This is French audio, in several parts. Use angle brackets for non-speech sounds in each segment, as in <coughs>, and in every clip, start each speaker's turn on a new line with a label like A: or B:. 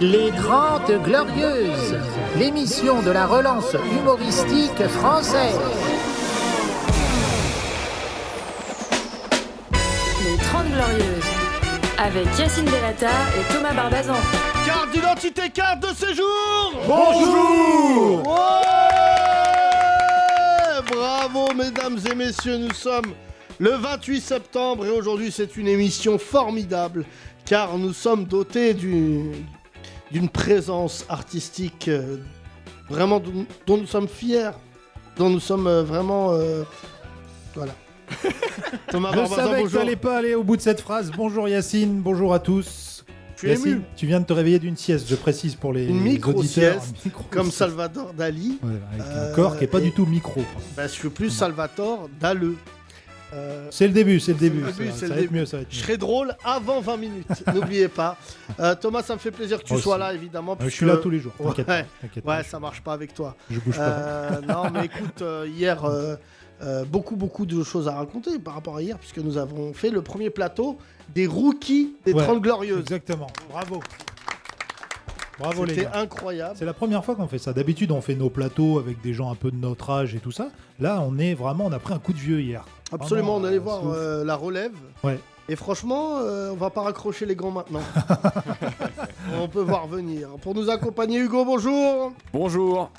A: Les Grandes Glorieuses, l'émission de la relance humoristique française.
B: Les 30 Glorieuses, avec Yacine Delata et Thomas Barbazan.
C: Carte d'identité, carte de séjour
D: Bonjour
C: Ouais Bravo mesdames et messieurs, nous sommes le 28 septembre et aujourd'hui c'est une émission formidable car nous sommes dotés d'une d'une présence artistique euh, vraiment dont, dont nous sommes fiers, dont nous sommes euh, vraiment... euh,
D: <laughs>
C: voilà. Thomas
D: Je
C: Barbazan,
D: savais que
C: bonjour.
D: t'allais pas aller au bout de cette phrase. Bonjour Yacine, bonjour à tous.
C: Je suis ému.
D: Yacine, tu viens de te réveiller d'une sieste, je précise pour les
C: Une
D: auditeurs.
C: micro-sieste,
D: Une micro-
C: Comme Salvador Dali.
D: Ouais, avec
C: Euh,
D: un corps qui est pas
C: et-
D: du tout micro.
C: Bah, je suis plus Salvatore Dalleux. Euh,
D: C'est le début, c'est le début.
C: le
D: ça
C: début,
D: va-
C: c'est
D: ça
C: le
D: va être
C: début.
D: mieux, ça va être
C: je
D: mieux.
C: serai drôle avant 20 minutes, <laughs> n'oubliez pas. Euh, Thomas, ça me fait plaisir que tu
D: Moi
C: sois
D: aussi.
C: là, évidemment.
D: Euh, Je
C: puisque-
D: suis là tous les jours. T'inquiète
C: Ouais.
D: pas, t'inquiète
C: Ouais,
D: pas,
C: ça marche pas avec toi.
D: Je bouge pas.
C: Euh, non, mais écoute, euh, hier, euh, euh, beaucoup, beaucoup de choses à raconter par rapport à hier, puisque nous avons fait le premier plateau des rookies des
D: Ouais.
C: 30 Glorieuses.
D: Exactement. Bravo. Bravo les
C: C'était
D: gars.
C: incroyable.
D: C'est la première fois qu'on fait ça. D'habitude, on fait nos plateaux avec des gens un peu de notre âge et tout ça. Là, on est vraiment, on a pris un coup de vieux hier.
C: Absolument,
D: Vraiment,
C: on allait
D: euh, c'est
C: voir
D: ouf.
C: euh, la relève.
D: Ouais.
C: Et franchement, euh, on va pas raccrocher les grands maintenant. on peut voir venir. Pour nous accompagner, Hugo, bonjour.
E: Bonjour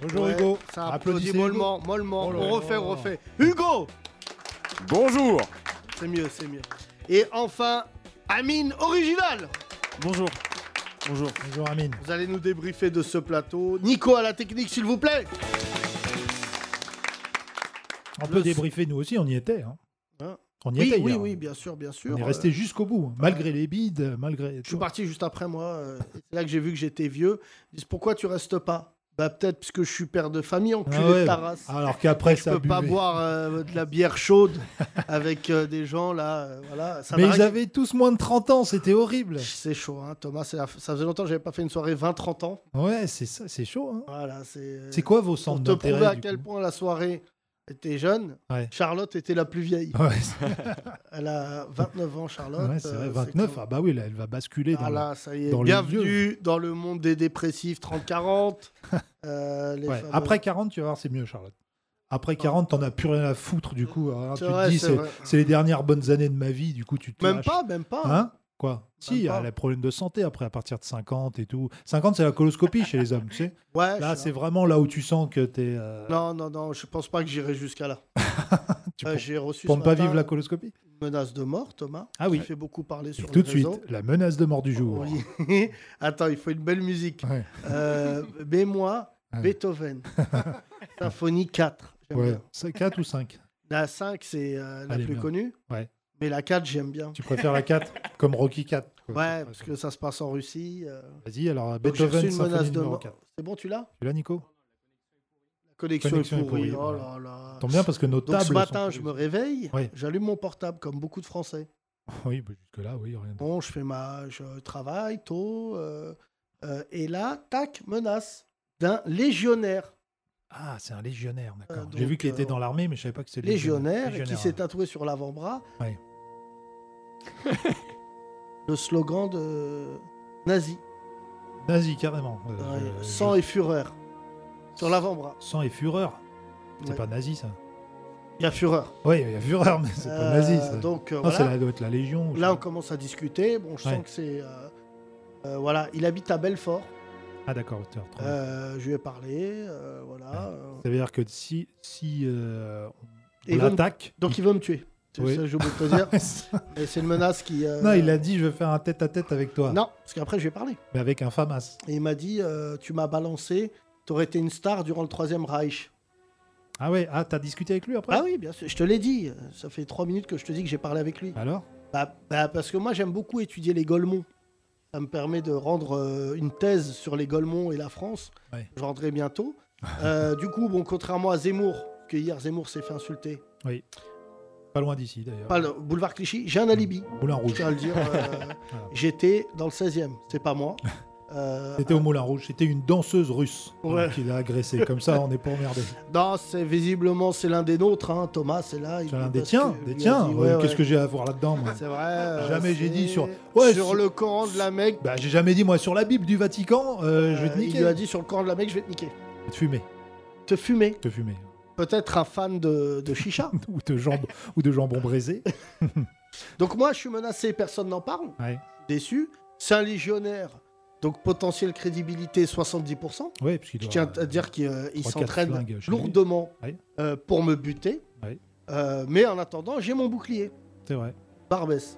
D: Bonjour
C: Ouais,
D: Hugo.
C: Ça applaudit
D: Applaudissez Hugo.
C: mollement, mollement.
D: Oh là
C: on
D: là.
C: refait, on refait. Hugo
E: Bonjour
C: C'est mieux, c'est mieux. Et enfin, Amine Original
E: Bonjour Bonjour
D: Bonjour Amine.
C: Vous allez nous débriefer de ce plateau. Nico à la technique, s'il vous plaît
D: On peut
C: Le-
D: débriefer, nous aussi, on y était. hein.
C: Hein
D: on y
C: Oui,
D: était
C: oui,
D: hier.
C: oui, bien sûr, bien sûr.
D: On est
C: Euh,
D: resté jusqu'au bout, hein, malgré les bides, malgré.
C: Je
D: tu
C: suis
D: vois.
C: parti juste après moi. euh, et c'est là que j'ai vu que j'étais vieux. Ils disent pourquoi tu restes pas Bah peut-être parce que je suis père de famille, enculé
D: Ah ouais.
C: de ta race.
D: Alors qu'après,
C: Je
D: ça
C: peux pas
D: buvait.
C: boire euh, de la bière chaude <laughs> avec euh, des gens là, euh, voilà. Ça
D: Mais
C: m'a
D: ils avaient tous moins de 30 ans, c'était horrible.
C: C'est chaud, hein, Thomas. c'est la- Ça faisait longtemps que j'avais pas fait une soirée 20-30 ans.
D: Ouais, c'est ça, c'est chaud. hein.
C: Voilà, c'est. euh,
D: C'est quoi vos centres
C: Pour te prouver
D: d'intérêt
C: à
D: du
C: quel
D: coup
C: point la soirée était jeune.
D: Ouais.
C: Charlotte était la plus vieille.
D: Ouais, c'est-
C: <laughs> Elle a 29 ans, Charlotte.
D: ouais, c'est vrai,
C: euh,
D: 29.
C: comme-
D: Ah bah oui, là, elle va basculer. Dans
C: Ah
D: le-
C: là, ça y est.
D: dans le
C: Bienvenue dans le monde des dépressifs
D: <laughs>
C: 30-40. euh, les
D: Ouais,
C: fameux-
D: Après 40, tu vas voir, c'est mieux, Charlotte. Après 40, t'en as plus rien à foutre, du coup. Alors, tu
C: C'est
D: te
C: vrai,
D: dis,
C: c'est
D: c'est
C: vrai.
D: c'est les dernières bonnes années de ma vie, du coup, tu te
C: Même
D: lâches.
C: pas, même pas.
D: Hein Quoi Si, il y
C: pas.
D: a les problèmes de santé après, à partir de 50 et tout. 50, c'est la coloscopie chez les hommes, tu sais.
C: Ouais,
D: Là,
C: je-
D: c'est vraiment là où tu sens que t'es. euh,
C: Non, non, non, je pense pas que j'irai jusqu'à là.
D: <laughs> tu
C: Euh,
D: pour-
C: J'ai reçu
D: pour
C: ce
D: ne pas
C: matin
D: vivre la coloscopie.
C: une menace de mort, Thomas.
D: Ah oui.
C: Qui fait beaucoup parler
D: Et
C: sur
D: tout
C: le
D: de suite,
C: réseau.
D: la menace de mort du jour.
C: Oui. <laughs> Attends, il faut une belle musique.
D: Ouais.
C: Euh, moi
D: Ouais. <laughs>
C: Beethoven, symphonie 4. j'aime
D: Ouais.
C: bien.
D: C'est 4 ou 5
C: La 5, c'est euh, la
D: Elle est
C: plus
D: bien.
C: connue.
D: Ouais.
C: Mais la 4, j'aime bien.
D: Tu préfères
C: <laughs>
D: la 4 Comme Rocky 4.
C: Ouais, parce que ça se passe en Russie. euh.
D: Vas-y, alors
C: Donc, j'ai reçu
D: Beethoven,
C: une
D: symphonie
C: menace de
D: numéro
C: mort.
D: 4.
C: C'est bon, tu l'as
D: Tu l'as, Nico
C: La connexion,
D: Connexion
C: est
D: est
C: pourrie.
D: pourrie,
C: Oh
D: voilà.
C: là là.
D: Tant bien parce que nos
C: Donc
D: tables.
C: ce matin,
D: sont-
C: je me réveille,
D: Ouais.
C: j'allume mon portable comme beaucoup de Français.
D: <laughs> Oui, bah, jusque-là, oui, rien de.
C: Bon, je fais ma, je travaille tôt, euh, euh, et là, tac, menace d'un légionnaire,
D: Ah, c'est un légionnaire,
C: Euh,
D: d'accord.
C: donc,
D: J'ai vu qu'il
C: euh,
D: était dans l'armée, mais je savais pas que c'était
C: légionnaire, et qui s'est
D: ouais.
C: tatoué sur l'avant-bras.
D: Ouais.
C: Le slogan de nazi,
D: Nazi, carrément. Euh,
C: Ouais,
D: je-
C: sang et fureur, sur l'avant-bras.
D: Sang et fureur. C'est
C: Ouais.
D: pas nazi, ça.
C: Il y a fureur.
D: Oui, il y a fureur, mais c'est
C: Euh,
D: pas nazi, ça.
C: Donc euh,
D: Non,
C: voilà.
D: ça doit être la Légion. ou je
C: Là,
D: sais
C: on
D: pas.
C: commence à discuter. Bon, je sens
D: Ouais.
C: que c'est. euh, euh, voilà, il habite à Belfort.
D: Ah, d'accord, tu as retrouvé.
C: Euh, je lui ai parlé. euh, voilà. euh,
D: Ça veut dire que si, si euh, on
C: Et il veut me-
D: l'attaque.
C: Donc, il veut me tuer. C'est
D: Oui.
C: ça que j'ai oublié de te dire.
D: il-
C: Et c'est une menace qui. euh,
D: <laughs> non, il a dit je vais faire un tête à tête avec toi.
C: Non, parce qu'après, je lui ai parlé.
D: Mais avec un FAMAS.
C: Et il m'a dit euh, Tu m'as balancé, t'aurais été une star durant le Troisième Reich.
D: Ah ouais, ah, t'as discuté avec lui après
C: Ah oui, bien sûr, je te l'ai dit. Ça fait trois minutes que je te dis que j'ai parlé avec lui.
D: Alors
C: Bah, bah, parce que moi, j'aime beaucoup étudier les Golemons. Ça me permet de rendre euh, une thèse sur les Golemons et la France.
D: Ouais.
C: Je rendrai bientôt.
D: <laughs>
C: Euh, du coup, bon, contrairement à Zemmour, que hier Zemmour s'est fait insulter,
D: Ah Pas loin d'ici d'ailleurs.
C: pas le boulevard Clichy, j'ai un alibi.
D: Moulin
C: Je
D: <laughs> rouge. <laughs>
C: tiens à le dire. euh, J'étais dans le 16e, c'est pas moi. euh,
D: C'était au Moulin Rouge, c'était une danseuse russe
C: Ouais.
D: qui l'a agressé. Comme ça, on n'est pas emmerdé.
C: <laughs> Non, c'est visiblement c'est l'un des nôtres, hein. Thomas, c'est là. il-
D: J'ai un des
C: parce
D: tiens,
C: que-
D: des
C: il a
D: tiens.
C: dit,
D: euh,
C: ouais,
D: Qu'est-ce
C: ouais.
D: que j'ai à voir là-dedans moi
C: C'est vrai. euh,
D: Jamais j'ai dit
C: c'est-
D: sur- Ouais,
C: sur
D: sur-
C: le Coran de la Mecque.
D: Bah, j'ai jamais dit moi sur la Bible du Vatican, euh, je vais te
C: euh,
D: niquer.
C: Il lui a dit sur le Coran de la Mecque, je vais te niquer.
D: Je vais te fumer,
C: Te fumer.
D: te fumer.
C: Peut-être un fan de, de chicha.
D: <laughs> ou de jambon, ou de jambon braisé.
C: <laughs> Donc moi, je suis menacé, personne n'en parle.
D: Ouais.
C: Déçu. C'est un légionnaire. Donc potentiel crédibilité 70%.
D: Ouais, parce qu'il
C: Je
D: doit-
C: tiens à dire qu'il euh, il
D: trois, quatre
C: s'entraîne
D: flingues chez lui.
C: lourdement
D: Ouais.
C: euh, pour me buter.
D: Ouais.
C: Euh, mais en attendant, j'ai mon bouclier.
D: C'est vrai. <laughs>
C: Barbès.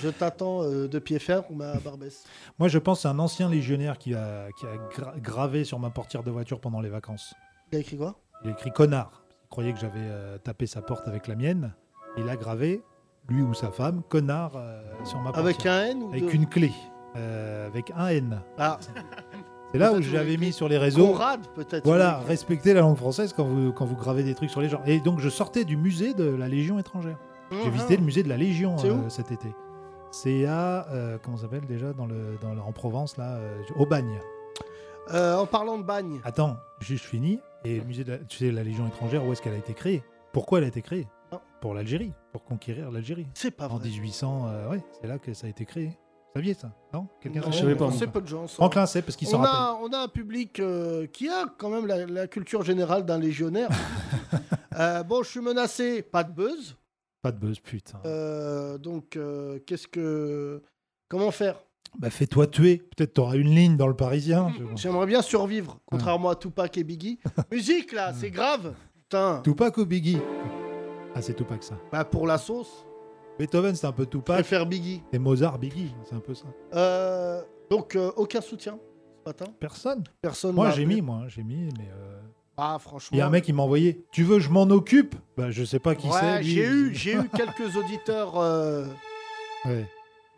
C: je t'attends euh, de pied ferme, ma Barbès.
D: Moi, je pense à un ancien légionnaire qui a, qui a gra- gravé sur ma portière de voiture pendant les vacances.
C: Il a écrit quoi
D: Il a écrit connard. Il croyait que j'avais euh, tapé sa porte avec la mienne. Il a gravé, lui ou sa femme, connard euh, sur ma portière.
C: Avec un N ou
D: Avec
C: deux
D: une clé. Euh, avec un N. <laughs>
C: Ah,
D: C'est là
C: Peut-être vous
D: où j'avais
C: l'avez
D: mis
C: écrit
D: sur les réseaux.
C: Conrad, peut-être.
D: Voilà, respectez la langue française quand vous, quand vous gravez des trucs sur les gens. Et donc, je sortais du musée de la Légion étrangère. J'ai visité le musée de la Légion
C: Uh-huh. C'est
D: euh,
C: où
D: cet été. C'est à, euh, comment ça s'appelle déjà, dans le, dans le- en Provence, là, euh, au Bagne.
C: Euh, en parlant de bagne,
D: Attends, juste fini. Et le musée de la, tu sais, la Légion étrangère, où est-ce qu'elle a été créée Pourquoi elle a été créée
C: Non.
D: Pour l'Algérie, pour conquérir l'Algérie.
C: c'est pas
D: En
C: vrai.
D: 1800, euh, ouais, c'est là que ça a été créé. Vous saviez ça Non Quelqu'un
C: Non,
D: savait
E: savais pas,
C: on
E: moi.
C: sait peu de gens. ça.
D: Franklin sait, parce qu'il s'en
C: on,
D: rappelle.
C: a, on a un public euh, qui a quand même la, la culture générale d'un
D: <laughs>
C: légionnaire. Euh, bon, je suis menacé, pas de buzz.
D: Pas de buzz, putain.
C: Euh, donc, euh, qu'est-ce que. Comment faire
D: Bah fais-toi tuer. Peut-être t'auras une ligne dans le Parisien. je vois.
C: J'aimerais bien survivre, contrairement à Tupac et Biggie. Musique là, c'est grave. Putain,
D: Tupac ou Biggie Ah, c'est Tupac, ça.
C: bah pour la sauce,
D: Beethoven, c'est un peu
C: je
D: Tupac.
C: préfère Biggie.
D: Et Mozart, Biggie, c'est un peu ça.
C: Euh, donc, euh, aucun soutien ce matin.
D: Personne.
C: Personne.
D: Moi,
C: m'a
D: j'ai
C: appelé.
D: mis, moi, hein, j'ai mis, mais. euh,
C: Ah,
D: Il
C: franchement.
D: y a un mec qui m'a envoyé. Tu veux, je m'en occupe Bah, je sais pas qui c'est.
C: Ouais,
D: lui.
C: j'ai eu, j'ai
D: <laughs>
C: eu quelques auditeurs euh, <laughs>
D: Ouais.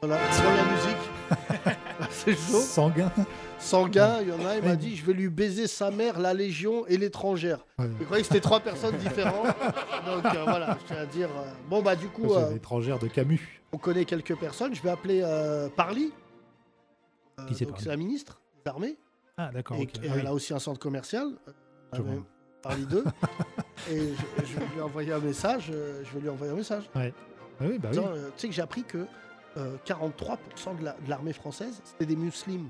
C: voilà, sur la musique.
D: <laughs>
C: Ah, c'est chaud.
D: Sanguin.
C: Sanguin, il y en a, il m'a
D: Ouais.
C: dit je vais lui baiser sa mère, la Légion et l'étrangère.
D: Ouais.
C: Je croyais que c'était trois personnes
D: <laughs>
C: différentes. Donc euh, voilà, je tiens à dire. euh, Bon, bah du coup,
D: C'est
C: euh,
D: l'étrangère de Camus.
C: on connaît quelques personnes. Je vais appeler euh, Parly. Euh,
D: Qui c'est
C: donc,
D: Parly
C: C'est la ministre des armées.
D: Ah, d'accord.
C: et
D: ok.
C: et
D: Ah oui.
C: elle a aussi un centre commercial. euh,
D: Je
C: euh,
D: vois.
C: Parly
D: <laughs>
C: 2. et je, je vais lui envoyer un message. euh, Je vais lui envoyer un message.
D: Ah oui, bah oui.
C: Tiens, euh, Tu sais que j'ai appris que euh, 43% de la- de l'armée française, c'était des musulmans.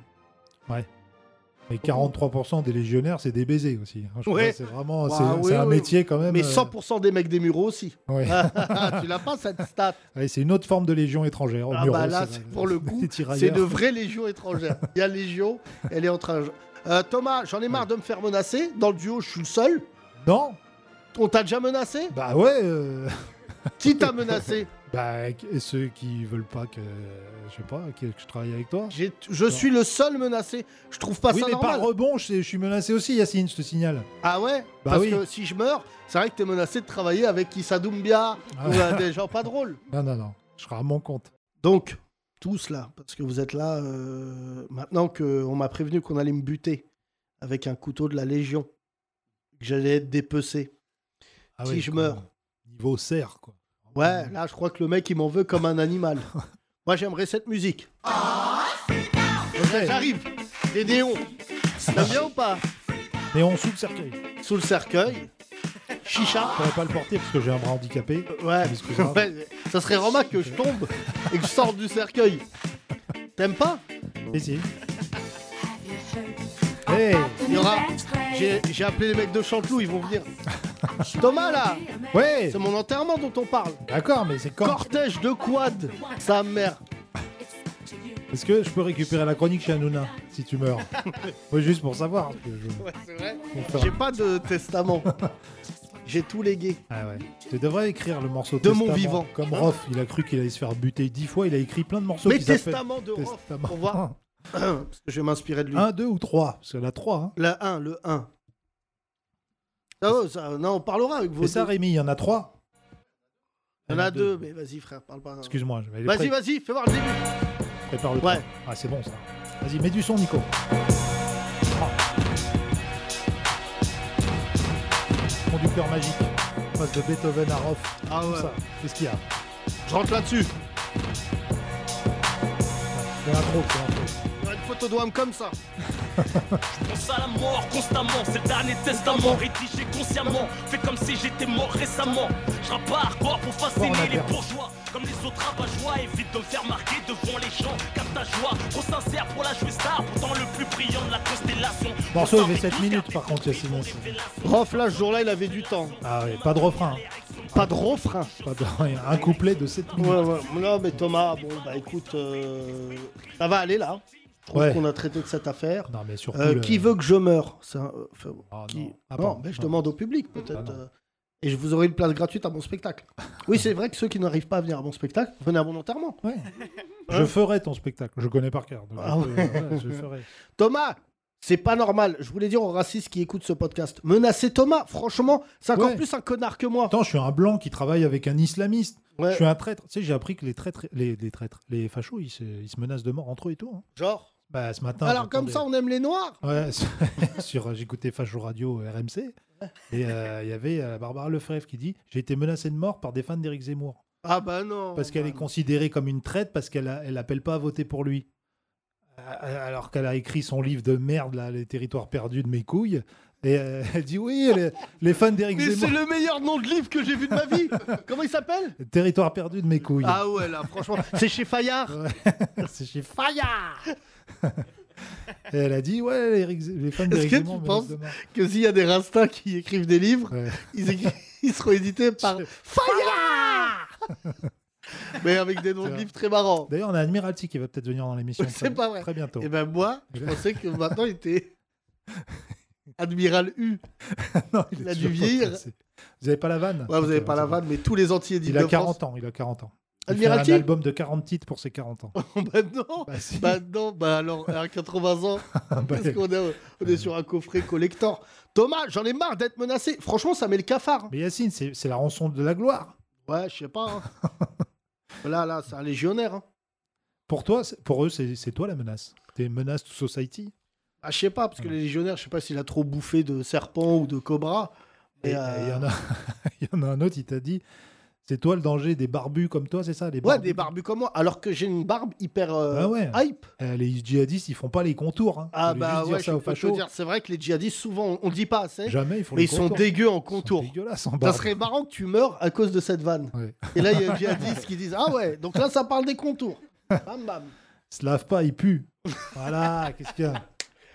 D: Mais 43% des légionnaires, c'est des baisers aussi. hein. Je
C: Ouais.
D: crois que C'est vraiment.
C: Bah,
D: c'est-
C: oui,
D: c'est un
C: oui.
D: métier quand même.
C: Mais
D: euh,
C: 100% des mecs des mureaux aussi.
D: ouais.
C: <laughs> tu l'as pas cette stat
D: Ouais, c'est une autre forme de légion étrangère. au
C: Ah
D: Muros,
C: bah là,
D: c'est-
C: c'est- pour le
D: <laughs>
C: coup,
D: des
C: c'est
D: tirailleurs.
C: de vraies légions étrangères. Il y a légion, elle est en train. Euh, Thomas, j'en ai marre de me faire menacer. Dans le duo, je suis le seul.
D: Non
C: On t'a déjà menacé
D: Bah ouais. euh,
C: Qui
D: <laughs>
C: t'a menacé
D: Bah, qu- ceux qui veulent pas que. euh, Je sais pas, que que je travaille avec toi.
C: J'ai- Je suis le seul menacé. Je trouve pas
D: oui,
C: ça
D: mais
C: normal.
D: par rebond, je, je suis menacé aussi, Yacine, je te signale.
C: Ah ouais
D: Bah
C: Parce
D: oui.
C: que si je meurs, c'est vrai que t'es menacé de travailler avec Issa Doumbia
D: Ah.
C: ou euh, des gens pas drôles.
D: Non, non, non. Je serai à mon compte.
C: Donc, tous là, parce que vous êtes là, euh, maintenant qu'on m'a prévenu qu'on allait me buter avec un couteau de la Légion, que j'allais être dépecé.
D: Ah
C: Si
D: oui,
C: je
D: quand même.
C: meurs.
D: Niveau serre, quoi.
C: Ouais, là, je crois que le mec, il m'en veut comme un
D: <laughs>
C: animal. Moi, j'aimerais cette musique.
D: Ok.
C: J'arrive Des néons Ça vient ou pas
D: Mais on sous le cercueil.
C: Sous le cercueil. Chicha. Euh,
D: Je pourrais pas le porter parce que j'ai un bras handicapé.
C: Ouais.
D: Ça m'excusera.
C: <laughs> Ouais, Ça serait vraiment que je tombe et que je sorte du cercueil. T'aimes pas
D: Et si. Hey
C: Il y aura. J'ai j'ai appelé les mecs de Chanteloup, ils vont venir. Thomas, là
D: Ouais
C: C'est mon enterrement dont on parle.
D: D'accord, mais c'est quand
C: Cortège de quad, sa mère.
D: Est-ce que je peux récupérer la chronique chez Hanouna si tu
C: <laughs>
D: meurs Moi, juste pour savoir. parce que je- pour faire-
C: J'ai pas de testament. <laughs> J'ai tout légué.
D: Ah ouais. Tu devrais écrire le morceau
C: De mon
D: Testament.
C: vivant.
D: Comme Rof, il a cru qu'il allait se faire buter dix fois, il a écrit plein de morceaux.
C: Mais
D: qui s'appellent
C: testament de Rof,
D: Testament.
C: pour voir. Parce que je vais m'inspirer de lui.
D: Un, deux ou trois Parce qu'elle a trois. Hein.
C: Le 1, le 1. non, on parlera avec vous.
D: Et ça, Rémi, il y en a trois
C: Il y en a deux, mais vas-y, frère, parle pas.
D: Excuse-moi, je vais aller
C: Vas-y,
D: pré-
C: vas-y, fais voir le début.
D: prépare le
C: Ouais.
D: train. Ah, c'est bon ça. Vas-y, mets du son, Nico. Ah. Conducteur magique. On Passe de Beethoven à Roth.
C: Ah
D: Tout
C: ouais.
D: ça. Qu'est-ce qu'il y a
C: Je rentre là-dessus.
D: C'est l'intro, c'est l'intro.
C: Il y aura une photo d'Ouam comme ça.
F: pense à la mort constamment, c'est le dernier testament rédigé consciemment, fait comme si j'étais mort récemment. Je rappe pas hardcore pour fasciner
D: Bon, on a
F: les
D: perdu.
F: bourgeois, comme les autres rabat joie, évite de me faire marquer devant les gens. Capte ta joie, trop sincère pour la jouer star, pourtant le plus brillant de la constellation.
D: Morceau, il fait 7 minutes par contre, Yacine.
C: Rof, là, ce jour-là, il avait du temps.
D: Ah oui, pas de refrain. hein.
C: Pas de refrain.
D: Pas de- <laughs> Un couplet de 7 minutes.
C: Ouais, ouais. Non, mais Thomas, bon, bah écoute, euh, ça va aller là. Je trouve
D: Ouais.
C: qu'on a traité de cette affaire.
D: Non, mais surtout.
C: Euh,
D: le-
C: Qui veut que je meure C'est un- euh, enfin,
D: Ah, non.
C: qui-
D: Ah,
C: Non,
D: pardon.
C: mais je
D: Non.
C: demande au public peut-être.
D: Ah, non.
C: euh, Et je vous aurai une place gratuite à mon
D: <laughs>
C: spectacle. Oui, c'est vrai que ceux qui n'arrivent pas à venir à mon spectacle, venez à mon enterrement.
D: Ouais. Je ferai ton spectacle. Je connais par cœur. donc je
C: Ah
D: peux- ouais, je ferai.
C: <laughs> Thomas, c'est pas normal. Je voulais dire aux racistes qui écoutent ce podcast, menacez Thomas. Franchement, c'est encore
D: Ouais.
C: plus un connard que moi.
D: Attends, je suis un blanc qui travaille avec un islamiste.
C: Ouais.
D: Je suis un traître. Tu sais, j'ai appris que les traîtres, les, les traîtres, les fachos, ils se, ils se menacent de mort entre eux et tout. hein.
C: Genre.
D: Bah, ce matin.
C: Alors comme
D: j'entendais-
C: ça, on aime les noirs.
D: <laughs> Ouais, sur, sur- j'écoutais Facho Radio euh, RMC et euh, il y avait euh, Barbara Lefebvre qui dit J'ai été menacée de mort par des fans d'Éric Zemmour
C: Ah bah non.
D: parce qu'elle
C: bah
D: est
C: non.
D: considérée comme une traite parce qu'elle a- elle appelle pas à voter pour lui. Euh, Alors qu'elle a écrit son livre de merde, là, Les territoires perdus de mes couilles. Et euh, elle dit Oui, les, les fans d'Éric
C: Mais c'est
D: Zemmour.
C: le meilleur nom de livre que j'ai vu de ma
D: <laughs>
C: vie. Comment il s'appelle
D: Territoires perdus de mes couilles.
C: Ah ouais là,
D: <laughs>
C: franchement, <laughs> c'est chez Fayard.
D: C'est chez Fayard Et elle a dit Ouais, Éric Ze- les fans
C: Est-ce
D: d'Éric
C: que
D: Zemmour.
C: tu
D: me
C: penses
D: menacent de mort.
C: Que s'il y a des rastas qui écrivent des livres,
D: Ouais.
C: ils, écri- <laughs> ils seront édités par Fayard. Mais avec des noms de
D: C'est
C: livres très marrants.
D: D'ailleurs, on a Admiralty qui va peut-être venir dans l'émission.
C: <laughs> C'est
D: très-
C: pas vrai.
D: Très bientôt.
C: Et ben
D: <laughs>
C: moi, je pensais que maintenant il était Admiral U.
D: Non, il est
C: Il a dû
D: toujours pas
C: vieillir.
D: passé. Vous avez pas la vanne
C: Ouais, vous avez
D: Ok,
C: pas la
D: c'est bon.
C: vanne, mais tous les entiers
D: Il a
C: d'Île-de-France.
D: 40 ans, il a 40 ans. Il fait un
C: Admiralty
D: album de 40 titres pour ses
C: <laughs>
D: 40 ans.
C: Bah non.
D: Bah, si.
C: Bah non, bah alors, à 80
D: <laughs>
C: ans,
D: Bah,
C: parce qu'on est, on est sur un coffret collector. Thomas, j'en ai marre d'être menacé. Franchement, ça met le cafard. hein.
D: Mais Yacine, c'est c'est la rançon de la gloire.
C: Ouais, je sais pas.
D: <laughs>
C: hein. là, là, c'est un légionnaire. hein.
D: Pour toi, c'est- pour eux, c'est c'est toi la menace. T'es menace to society. <laughs>
C: Ah, je sais pas, parce que les légionnaires, je sais pas s'il a trop bouffé de serpents ou de cobras.
D: Et
C: mais,
D: et il
C: euh,
D: y, <laughs> en a- il y en a un autre, il t'a dit c'est toi le danger des barbus comme toi, c'est ça les
C: Ouais, des barbus comme moi, alors que j'ai une barbe hyper euh,
D: Ah ouais.
C: hype.
D: Euh, les djihadistes, ils font pas les contours. hein.
C: Ah
D: Faut
C: bah
D: juste dire
C: ouais,
D: ça
C: je peux
D: aux
C: te
D: fachos.
C: dire, c'est vrai que les djihadistes, souvent, on, on dit pas assez,
D: Jamais ils font
C: mais
D: les
C: ils sont
D: contours.
C: dégueux en
D: Ils sont
C: contour.
D: dégueulasses en
C: Ça
D: barbe.
C: serait marrant que tu meurs à cause de cette vanne.
D: Ouais.
C: Et là, il y a des djihadistes qui disent Ah ouais, donc là, ça parle des contours. Bam, bam.
D: Ils se lavent pas, ils puent. Voilà, qu'est-ce qu'il y a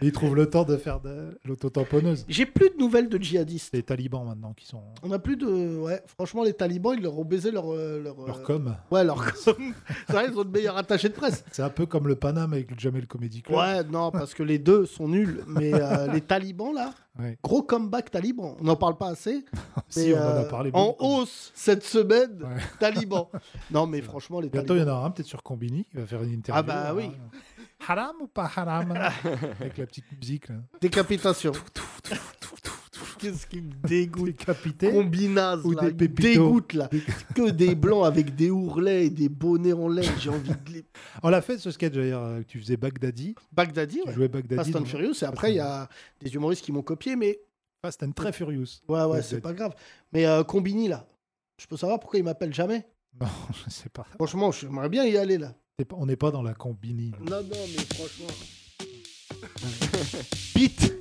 D: Ils trouvent le temps de faire de l'autotamponneuse.
C: J'ai plus de nouvelles de djihadistes.
D: C'est les talibans maintenant qui sont
C: On a plus de. Ouais, franchement, les talibans, ils leur ont baisé leur. euh, leur,
D: leur
C: euh,
D: com.
C: Ouais, leur <laughs> com. C'est vrai, ils ont de meilleurs attachés de presse.
D: C'est un peu comme le Paname avec le Jamel Comedy Club.
C: Ouais, non, parce que les deux sont nuls. Mais
D: <laughs>
C: euh, les talibans, là,
D: Ouais.
C: gros comeback taliban. On n'en parle pas assez.
D: <laughs> Si,
C: mais,
D: on en a
C: euh,
D: parlé
C: En
D: beaucoup.
C: hausse cette semaine,
D: Ouais.
C: taliban. Non,
D: <laughs>
C: mais franchement, les
D: Bientôt, il y
C: talibans.
D: en aura un peut-être sur Combini qui va faire une interview.
C: Ah bah oui.
D: Ah. Haram ou pas haram hein, Avec la petite musique. Là.
C: <laughs> Décapitation. Qu'est-ce qui me dégoûte
D: Décapité.
C: Combinaz,
D: Ou
C: là,
D: des
C: il me
D: pépitos.
C: dégoûte, là. Que des blancs avec des ourlets et des bonnets en laine. J'ai envie de les.
D: On l'a fait ce sketch d'ailleurs. euh, que Tu faisais Baghdadi.
C: Baghdadi,
D: Tu
C: ouais.
D: jouais Baghdadi.
C: Fast and
D: dans-
C: Furious. Et après, il y a des humoristes qui m'ont copié, mais
D: Fast and très Furious.
C: Ouais, ouais,
D: Vous
C: c'est
D: êtes-
C: pas grave. Mais euh, Combini, là, je peux savoir pourquoi il m'appelle jamais
D: Non, <laughs> je sais pas.
C: Franchement, j'aimerais bien y aller, là.
D: C'est pas- On n'est pas dans la Combini.
C: Non, non, mais franchement.
D: <laughs>
C: Pete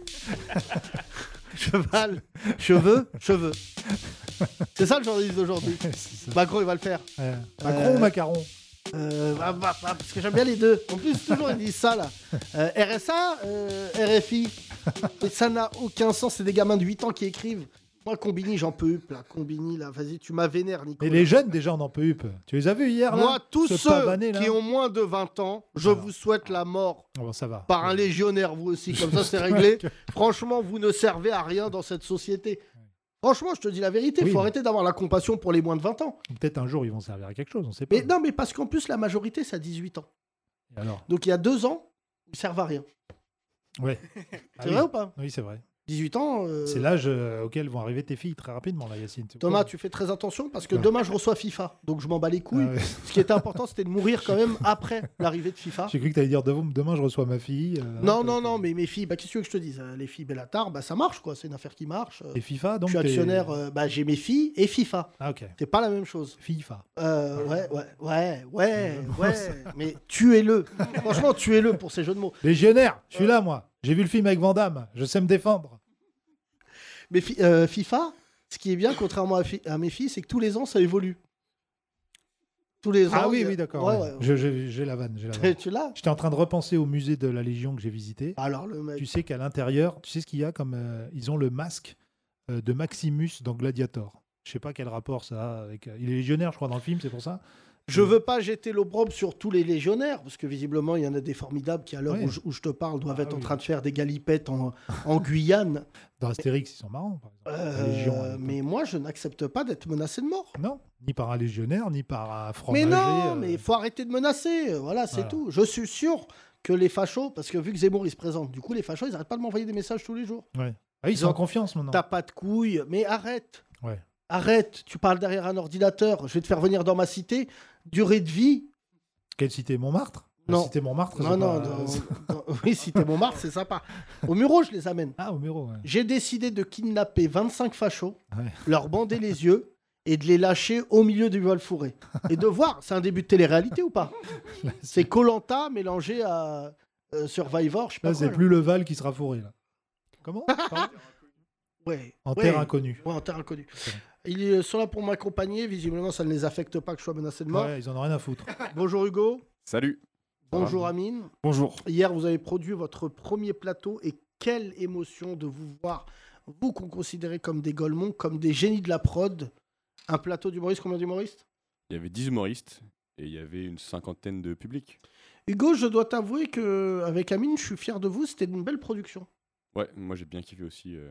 C: Cheval Cheveux Cheveux. C'est ça le journaliste d'aujourd'hui.
D: C'est ça.
C: Macron, il va le faire.
D: Ouais. Macron
C: Euh,
D: ou macaron
C: Euh, bah, bah, bah, parce que j'aime bien les deux. En plus, toujours, ils disent ça, là. Euh, RSA euh, RFI Mais ça n'a aucun sens. C'est des gamins de 8 ans qui écrivent. Moi, Combini, j'en peux plus, là. Combini, là, vas-y, tu m'as vénère, Nico.
D: Mais les jeunes, déjà, on en peut up. Tu les as vus hier là
C: Moi, tous
D: Ce
C: ceux
D: pavané, là
C: qui ont moins de 20 ans, je
D: Alors.
C: vous souhaite la mort
D: Oh, bon, ça va.
C: par un légionnaire, vous aussi, comme ça c'est
D: <laughs>
C: réglé. Franchement, vous ne servez à rien dans cette société. Franchement, je te dis la vérité, il
D: Oui,
C: faut
D: mais-
C: arrêter d'avoir la compassion pour les moins de 20 ans.
D: Peut-être un jour, ils vont servir à quelque chose. On sait pas.
C: Mais non, mais parce qu'en plus, la majorité, c'est à 18 ans.
D: Alors,
C: Donc il y a deux ans, ils servent à rien.
D: ouais. Ah
C: <laughs> C'est
D: oui.
C: vrai ou pas
D: Oui, c'est vrai.
C: 18 ans. euh,
D: C'est l'âge euh, auquel vont arriver tes filles très rapidement, là, Yacine. Tu-
C: Thomas, tu fais très attention parce que
D: Ouais.
C: demain je reçois FIFA, donc je m'en bats les
D: Ah
C: couilles.
D: ouais.
C: Ce qui était important, c'était de mourir quand
D: <laughs>
C: même après l'arrivée de FIFA.
D: J'ai cru que t'allais dire devant- demain je reçois ma fille. euh,
C: Non,
D: t'as-
C: non, non, mais mes filles, bah, qu'est-ce que tu veux que je te dise euh, Les filles Bellatar, bah, ça marche, quoi. C'est une affaire qui marche. euh,
D: Et FIFA,
C: je
D: donc.
C: suis
D: t'es-
C: actionnaire, euh, bah, j'ai mes filles et FIFA.
D: Ah, ok.
C: C'est pas la même chose.
D: FIFA.
C: Euh, ouais, ouais, ouais, ouais,
D: <laughs>
C: ouais. mais tuez-le. Franchement, tuez-le pour ces jeux de mots.
D: Légionnaire, je suis là, moi. J'ai vu le film avec Van Damme. Je sais me défendre.
C: Mais fi- euh, FIFA, ce qui est bien, contrairement à, fi- à mes filles, c'est que tous les ans, ça évolue. Tous les ans.
D: Ah
C: il
D: oui,
C: y a-
D: oui, d'accord.
C: Ouais,
D: ouais.
C: ouais.
D: Je- je- J'ai la vanne. j'ai la vanne.
C: <laughs> Tu l'as
D: J'étais en train de repenser au musée de la Légion que j'ai visité.
C: Alors, le mec.
D: Tu sais qu'à l'intérieur, tu sais ce qu'il y a comme. euh, ils ont le masque euh, de Maximus dans Gladiator. Je sais pas quel rapport ça a avec. euh, il est légionnaire, je crois, dans le film, c'est pour ça.
C: Je veux pas jeter l'opprobre sur tous les légionnaires, parce que visiblement, il y en a des formidables qui, à l'heure
D: Ouais.
C: où, je- où je te parle, doivent
D: Ah
C: être en
D: oui.
C: train de faire des galipettes en,
D: <laughs>
C: en Guyane.
D: Dans Astérix, ils sont marrants, par exemple. La
C: Euh,
D: Légion, à l'époque.
C: mais moi, je n'accepte pas d'être menacé de mort.
D: Non, ni par un légionnaire, ni par un
C: Mais
D: fromager.
C: non,
D: euh,
C: mais il faut arrêter de menacer. euh, Voilà, c'est
D: Voilà.
C: tout. Je suis sûr que les fachos, parce que vu que Zemmour, il se présente, du coup, les fachos, ils n'arrêtent pas de m'envoyer des messages tous les jours.
D: ah oui, ils sont
C: Ils
D: en
C: ont-
D: confiance maintenant.
C: T'as pas de couilles, mais arrête.
D: Ouais.
C: Arrête, tu parles derrière un ordinateur, je vais te faire venir dans ma cité. Durée de vie
D: Quelle cité Montmartre La
C: Non.
D: Cité Montmartre
C: Non,
D: c'est
C: non,
D: pas- <laughs>
C: non, non. Oui, cité Montmartre, c'est sympa. Au Muro, je les amène.
D: Ah, au bureau, ouais.
C: J'ai décidé de kidnapper 25 fachos,
D: Ouais.
C: leur bander les yeux et de les lâcher au milieu du vol fourré. Et de voir, c'est un début de télé-réalité ou
D: <laughs>
C: pas C'est Colanta mélangé à euh, Survivor, je sais pas.
D: Là, c'est
C: quoi,
D: plus le Val qui sera fourré, là.
C: <laughs>
D: Comment Pardon
C: là. Ouais,
D: En
C: ouais.
D: terre inconnue.
C: Ouais, en terre inconnue.
D: C'est bon.
C: Ils sont là pour m'accompagner. Visiblement, ça ne les affecte pas que je sois menacé de mort.
D: Ouais, ils en ont rien à foutre.
C: <laughs> Bonjour Hugo.
E: Salut. Ça va
C: Bonjour Amine.
E: Bonjour.
C: Hier, vous avez produit votre premier plateau et quelle émotion de vous voir, vous qu'on considérez comme des golemons, comme des génies de la prod. Un plateau d'humoristes, combien d'humoristes
E: Il y avait 10 humoristes et il y avait une cinquantaine de publics.
C: Hugo, je dois t'avouer que avec Amine, je suis fier de vous, c'était une belle production.
E: Ouais, moi j'ai bien kiffé aussi. euh,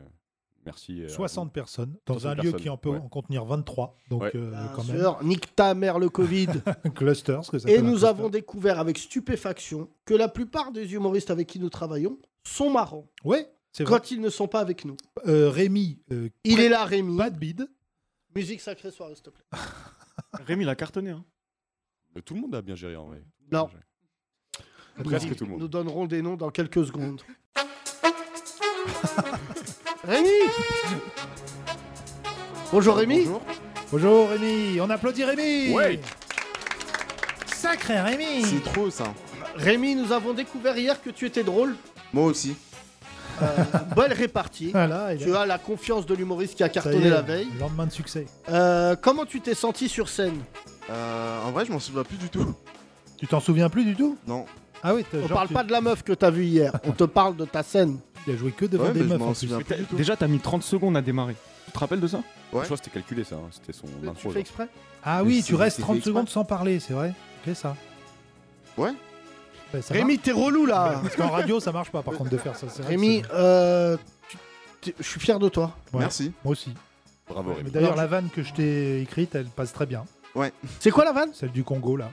E: merci. euh, à vous.
D: 60 personnes dans
E: 60
D: un lieu
E: personnes,
D: qui en peut
E: ouais.
D: en contenir 23. Donc,
E: Ouais.
D: euh,
C: Bien
D: quand même,
C: sûr, nique ta mère le Covid.
D: <laughs> un <laughs> cluster, ce que ça
C: et
D: s'appelle un
C: nous
D: cluster.
C: avons découvert avec stupéfaction que la plupart des humoristes avec qui nous travaillons sont marrants
D: Ouais, c'est vrai.
C: quand ils ne sont pas avec nous.
D: Euh, Rémi, euh,
C: Il est là, Rémi.
D: pas de bide.
C: Musique sacrée soirée, s'il
E: <laughs>
C: te plaît.
G: Rémi l'a cartonné. Hein.
E: Euh, Tout le monde a bien géré en vrai.
C: Non.
E: Presque tout le monde.
C: Nous donnerons des noms dans quelques secondes. <laughs> Rémi Bonjour Rémi
E: Bonjour.
D: Bonjour Rémi, on applaudit Rémi
E: Ouais.
D: Sacré Rémi
H: C'est trop ça.
C: Rémi, nous avons découvert hier que tu étais drôle.
H: Moi aussi.
C: Euh, <laughs> belle répartie.
D: Voilà, il a-
C: Tu as la confiance de l'humoriste qui a
D: ça y
C: cartonné
D: est,
C: la veille.
D: le Lendemain de succès.
C: Euh, comment tu t'es senti sur scène
H: Euh, en vrai, je m'en souviens plus du tout.
D: Tu t'en souviens plus du tout
H: Non.
D: Ah oui,
C: On parle pas de la meuf que t'as vue hier, on te parle de ta scène.
D: Il a joué que devant
H: Ouais,
D: des
H: mais je
D: meufs
H: m'en
D: en plus.
H: souviens
G: Mais t'as- déjà, t'as mis 30 secondes à démarrer. Tu te rappelles de ça
H: Ouais.
E: Je crois que c'était calculé ça. hein, C'était son
C: Tu
E: intro.
C: fais
E: genre.
C: exprès
D: Ah
H: Mais
D: oui,
H: c'est-
D: tu restes
H: c'est fait
D: 30
H: exprès.
D: secondes sans parler, c'est vrai. Fais ça.
H: Ouais.
D: Ben, ça
C: Rémi, t'es relou
D: marche.
C: là
D: Parce qu'en radio, ça marche pas par contre de faire ça. c'est vrai que
C: Rémi,
D: c'est-
C: euh, tu- t'es- je suis fier de toi.
D: <laughs> Ouais.
H: Merci.
D: Moi aussi.
E: Bravo
D: Mais
E: Rémi.
D: d'ailleurs,
C: Alors,
D: la vanne que je t'ai écrite, elle passe très bien.
C: C'est quoi la vanne
D: Celle du Congo, là.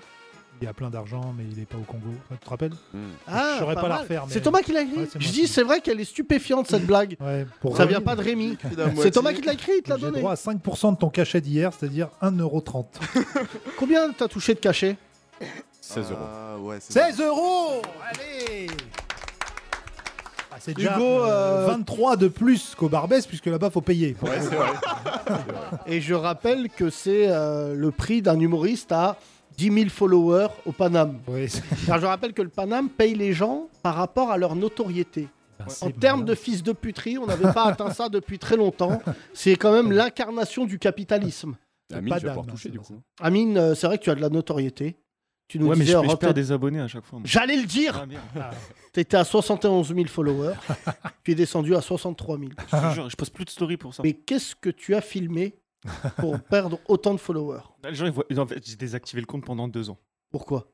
D: Il y a plein d'argent, mais il est pas au Congo. Enfin, Tu te rappelles
C: Ah,
D: saurais pas la
C: mal.
D: refaire, mais-
C: C'est Thomas qui l'a écrite.
D: Ouais, c'est moi
C: je
D: qui
C: dis,
D: l'ai.
C: c'est vrai qu'elle est stupéfiante cette blague.
D: Ouais, pour
C: Ça
D: Rémi,
C: vient pas de Rémi. C'est
H: Moitié.
C: Thomas qui te l'a écrit, il te l'a
D: J'ai
C: donné.
D: droit à 5% de ton cachet d'hier, c'est-à-dire
C: <laughs>
D: 1,30€.
C: Combien t'as touché de cachet
E: 16 euros.
H: Ah ouais, c'est ça.
D: 16 euros Allez Ah, C'est déjà
C: Hugo,
D: euh,
C: euh,
D: 23 de plus qu'au Barbès, puisque là-bas, faut payer.
E: Ouais, c'est vrai.
C: Et je rappelle que c'est euh, le prix d'un humoriste à 10 000 followers au Paname.
D: Ouais, c'est-
C: Car je rappelle que le Paname paye les gens par rapport à leur notoriété.
D: Ben,
C: En termes de fils de puterie, on n'avait
D: <laughs>
C: pas atteint ça depuis très longtemps. C'est quand même l'incarnation du capitalisme.
E: Amine,
D: pas
E: tu vas pouvoir
D: d'âme,
E: toucher
D: hein,
E: du
D: ça,
E: coup.
C: Amine, euh, c'est vrai que tu as de la notoriété. Tu nous
G: Ouais, mais
C: disais
G: je,
C: en
G: je
C: off-
G: perds des abonnés à chaque fois. moi.
C: J'allais le dire
G: Ah, merde.
C: <laughs> T'étais à 71 000
G: <laughs>
C: followers. tu es descendu à 63 000.
G: Je te jure, je poste plus de story pour ça.
C: Mais qu'est-ce que tu as filmé
G: <laughs>
C: pour perdre autant de followers
G: Les gens, ils voient- en fait, j'ai désactivé le compte pendant deux ans.
C: Pourquoi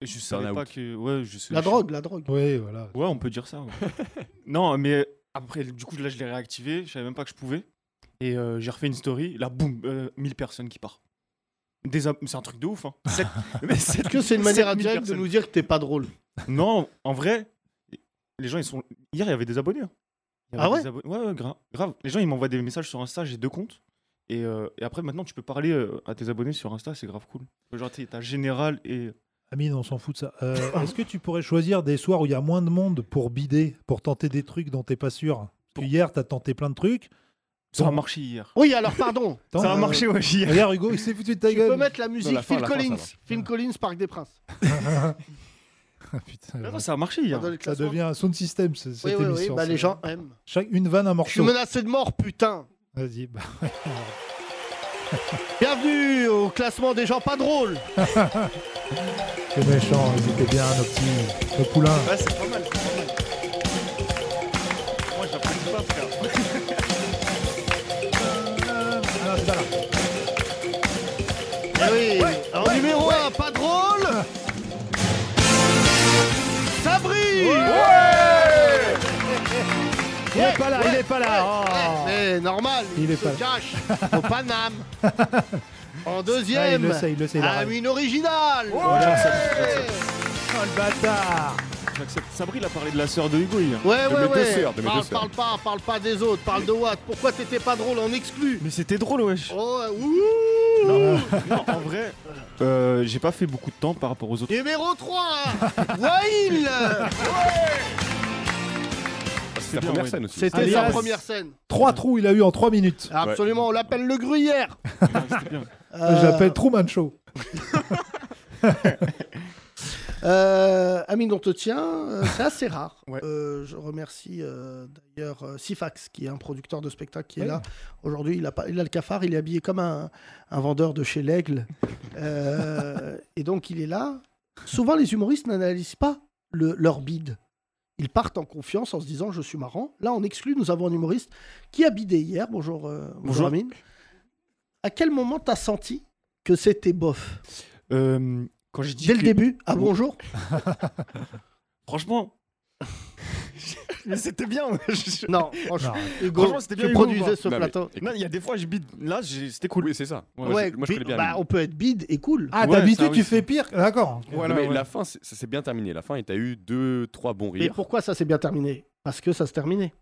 G: Je savais
E: Burnout.
G: pas que. Ouais, je sais-
C: La
G: je-
C: drogue, la drogue.
D: Oui, voilà.
G: Ouais, on peut dire ça. ouais.
C: <laughs>
G: non, mais après, du coup, là, je l'ai réactivé. Je savais même pas que je pouvais. Et euh, j'ai refait une story. Là, boum, euh, 1000 personnes qui partent. Des ab- C'est un truc de ouf. Hein.
C: <laughs>
G: Sept- <laughs> mais sept-
C: Est-ce que c'est une manière
G: 7000
C: indirecte de
G: personnes.
C: nous dire que t'es pas drôle
G: Non, en vrai, les gens, ils sont. Hier, il y avait des abonnés. hein. Il y avait
C: Ah ouais
G: des abonnés- Ouais, ouais, gra- grave. Les gens, ils m'envoient des messages sur Insta, j'ai deux comptes. Et, euh, et après, maintenant, tu peux parler euh, à tes abonnés sur Insta, c'est grave cool. Genre, t'es- t'as général et.
D: Amine, on s'en fout de ça. Euh, Est-ce que tu pourrais choisir des soirs où il y a moins de monde pour bider, pour tenter des trucs dont t'es pas sûr Parce que hier, t'as tenté plein de trucs.
G: Ça a
D: Bon,
G: marché hier.
C: Oui, alors
G: <laughs>
C: pardon.
D: attends,
G: ça a
D: euh,
G: marché, ouais, hier.
D: Regarde, Hugo, il s'est foutu de ta
C: Tu peux
D: gueule.
C: mettre la musique
E: la fin,
C: Phil
E: la fin, ça
C: Collins.
E: va.
C: Phil Collins, Parc des Princes.
D: Ah, putain,
G: Non, non, ça a marché hier.
C: Dans le
D: ça
C: classement.
D: devient un sound system, ce-
C: Oui,
D: cette
C: oui, oui.
D: émission.
C: Bah,
D: ça.
C: les gens aiment.
D: Chaque, une vanne, un
C: Je suis
D: morceau.
C: menacé de mort, putain.
D: Vas-y.
G: <laughs>
D: bah.
C: Bienvenue au classement des gens pas drôles.
D: <laughs> C'est méchant, ils étaient bien, nos petits nos poulains.
G: Ouais, c'est pas mal. c'est pas mal. Moi, j'apprécie pas, frère.
D: Ah, c'est pas là.
C: Ah oui. Alors, numéro 1, pas drôle. Sabri.
D: Il est pas là, il est pas là. oh.
C: Mais normal.
D: Il est
C: se
D: pas-
C: cache au Paname.
D: <laughs>
C: En
D: Ah,
C: deuxième,
D: il le sait, il le sait. il a raison.
C: Amine originale.
D: Oh, le bâtard
G: J'accepte. Sabri, il a parlé de la sœur de Hugo hier.
C: Ouais,
E: De
C: ouais,
E: mes deux
C: ouais.
E: sœurs, de mes
C: parle,
E: deux sœurs.
C: parle pas, parle pas des autres, parle de Watt. Pourquoi t'étais pas drôle en exclu
G: Mais c'était drôle, wesh.
C: Oh, ouh
G: Non, en vrai, euh, j'ai pas fait beaucoup de temps par rapport aux autres.
C: Numéro 3 Wail
E: C'est la
G: bien,
E: première
G: ouais.
E: scène aussi.
C: C'était
D: Alias.
C: sa première scène. Ah,
D: Trois trous, il a eu en trois minutes.
C: Absolument, on l'appelle le gruyère.
G: Ouais, c'était bien.
D: J'appelle
C: <laughs>
D: Truman Show.
C: <laughs> Euh, Amine, on te tient. euh, c'est assez rare.
G: Ouais.
C: Euh, je remercie euh, d'ailleurs euh, Sifax, qui est un producteur de spectacle qui est
D: Oui.
C: là. Aujourd'hui, il a, pas, il a le cafard, il est habillé comme un, un vendeur de chez l'Aigle. Euh, et donc, il est là. Souvent, les humoristes n'analysent pas le, leur bide. Ils partent en confiance en se disant Je suis marrant. Là, en exclu, nous avons un humoriste qui a bidé hier. Bonjour, euh, bonjour,
G: Bonjour.
C: Amine. À quel moment t'as senti que c'était bof
G: Euh, quand j'ai dit.
C: Dès le
G: que-
C: début Ah bonjour
G: Franchement. <laughs> mais c'était bien, <laughs> wesh.
C: Non, franchement, Hugo,
G: Franchement, c'était bien
C: tu
G: Hugo,
C: produisais
G: moi.
C: ce
E: Non, mais-
C: plateau.
E: écoute,
G: Non, il y a des fois, je bide. Là, j'ai- c'était cool.
E: Oui, c'est ça. Moi,
C: Ouais,
E: je- moi, je connais
C: bi-
E: bien.
C: bah,
E: Amine.
C: on peut être bide et cool.
D: Ah,
G: Ouais,
D: d'habitude,
G: ça, oui,
D: tu
G: c'est-
D: fais pire. D'accord.
E: Non,
G: Voilà,
E: mais
G: ouais.
E: la fin, c'est- ça s'est bien terminé. La fin, et t'as eu deux, trois bons
C: Mais
E: rires.
C: pourquoi ça s'est bien terminé Parce que ça se terminait.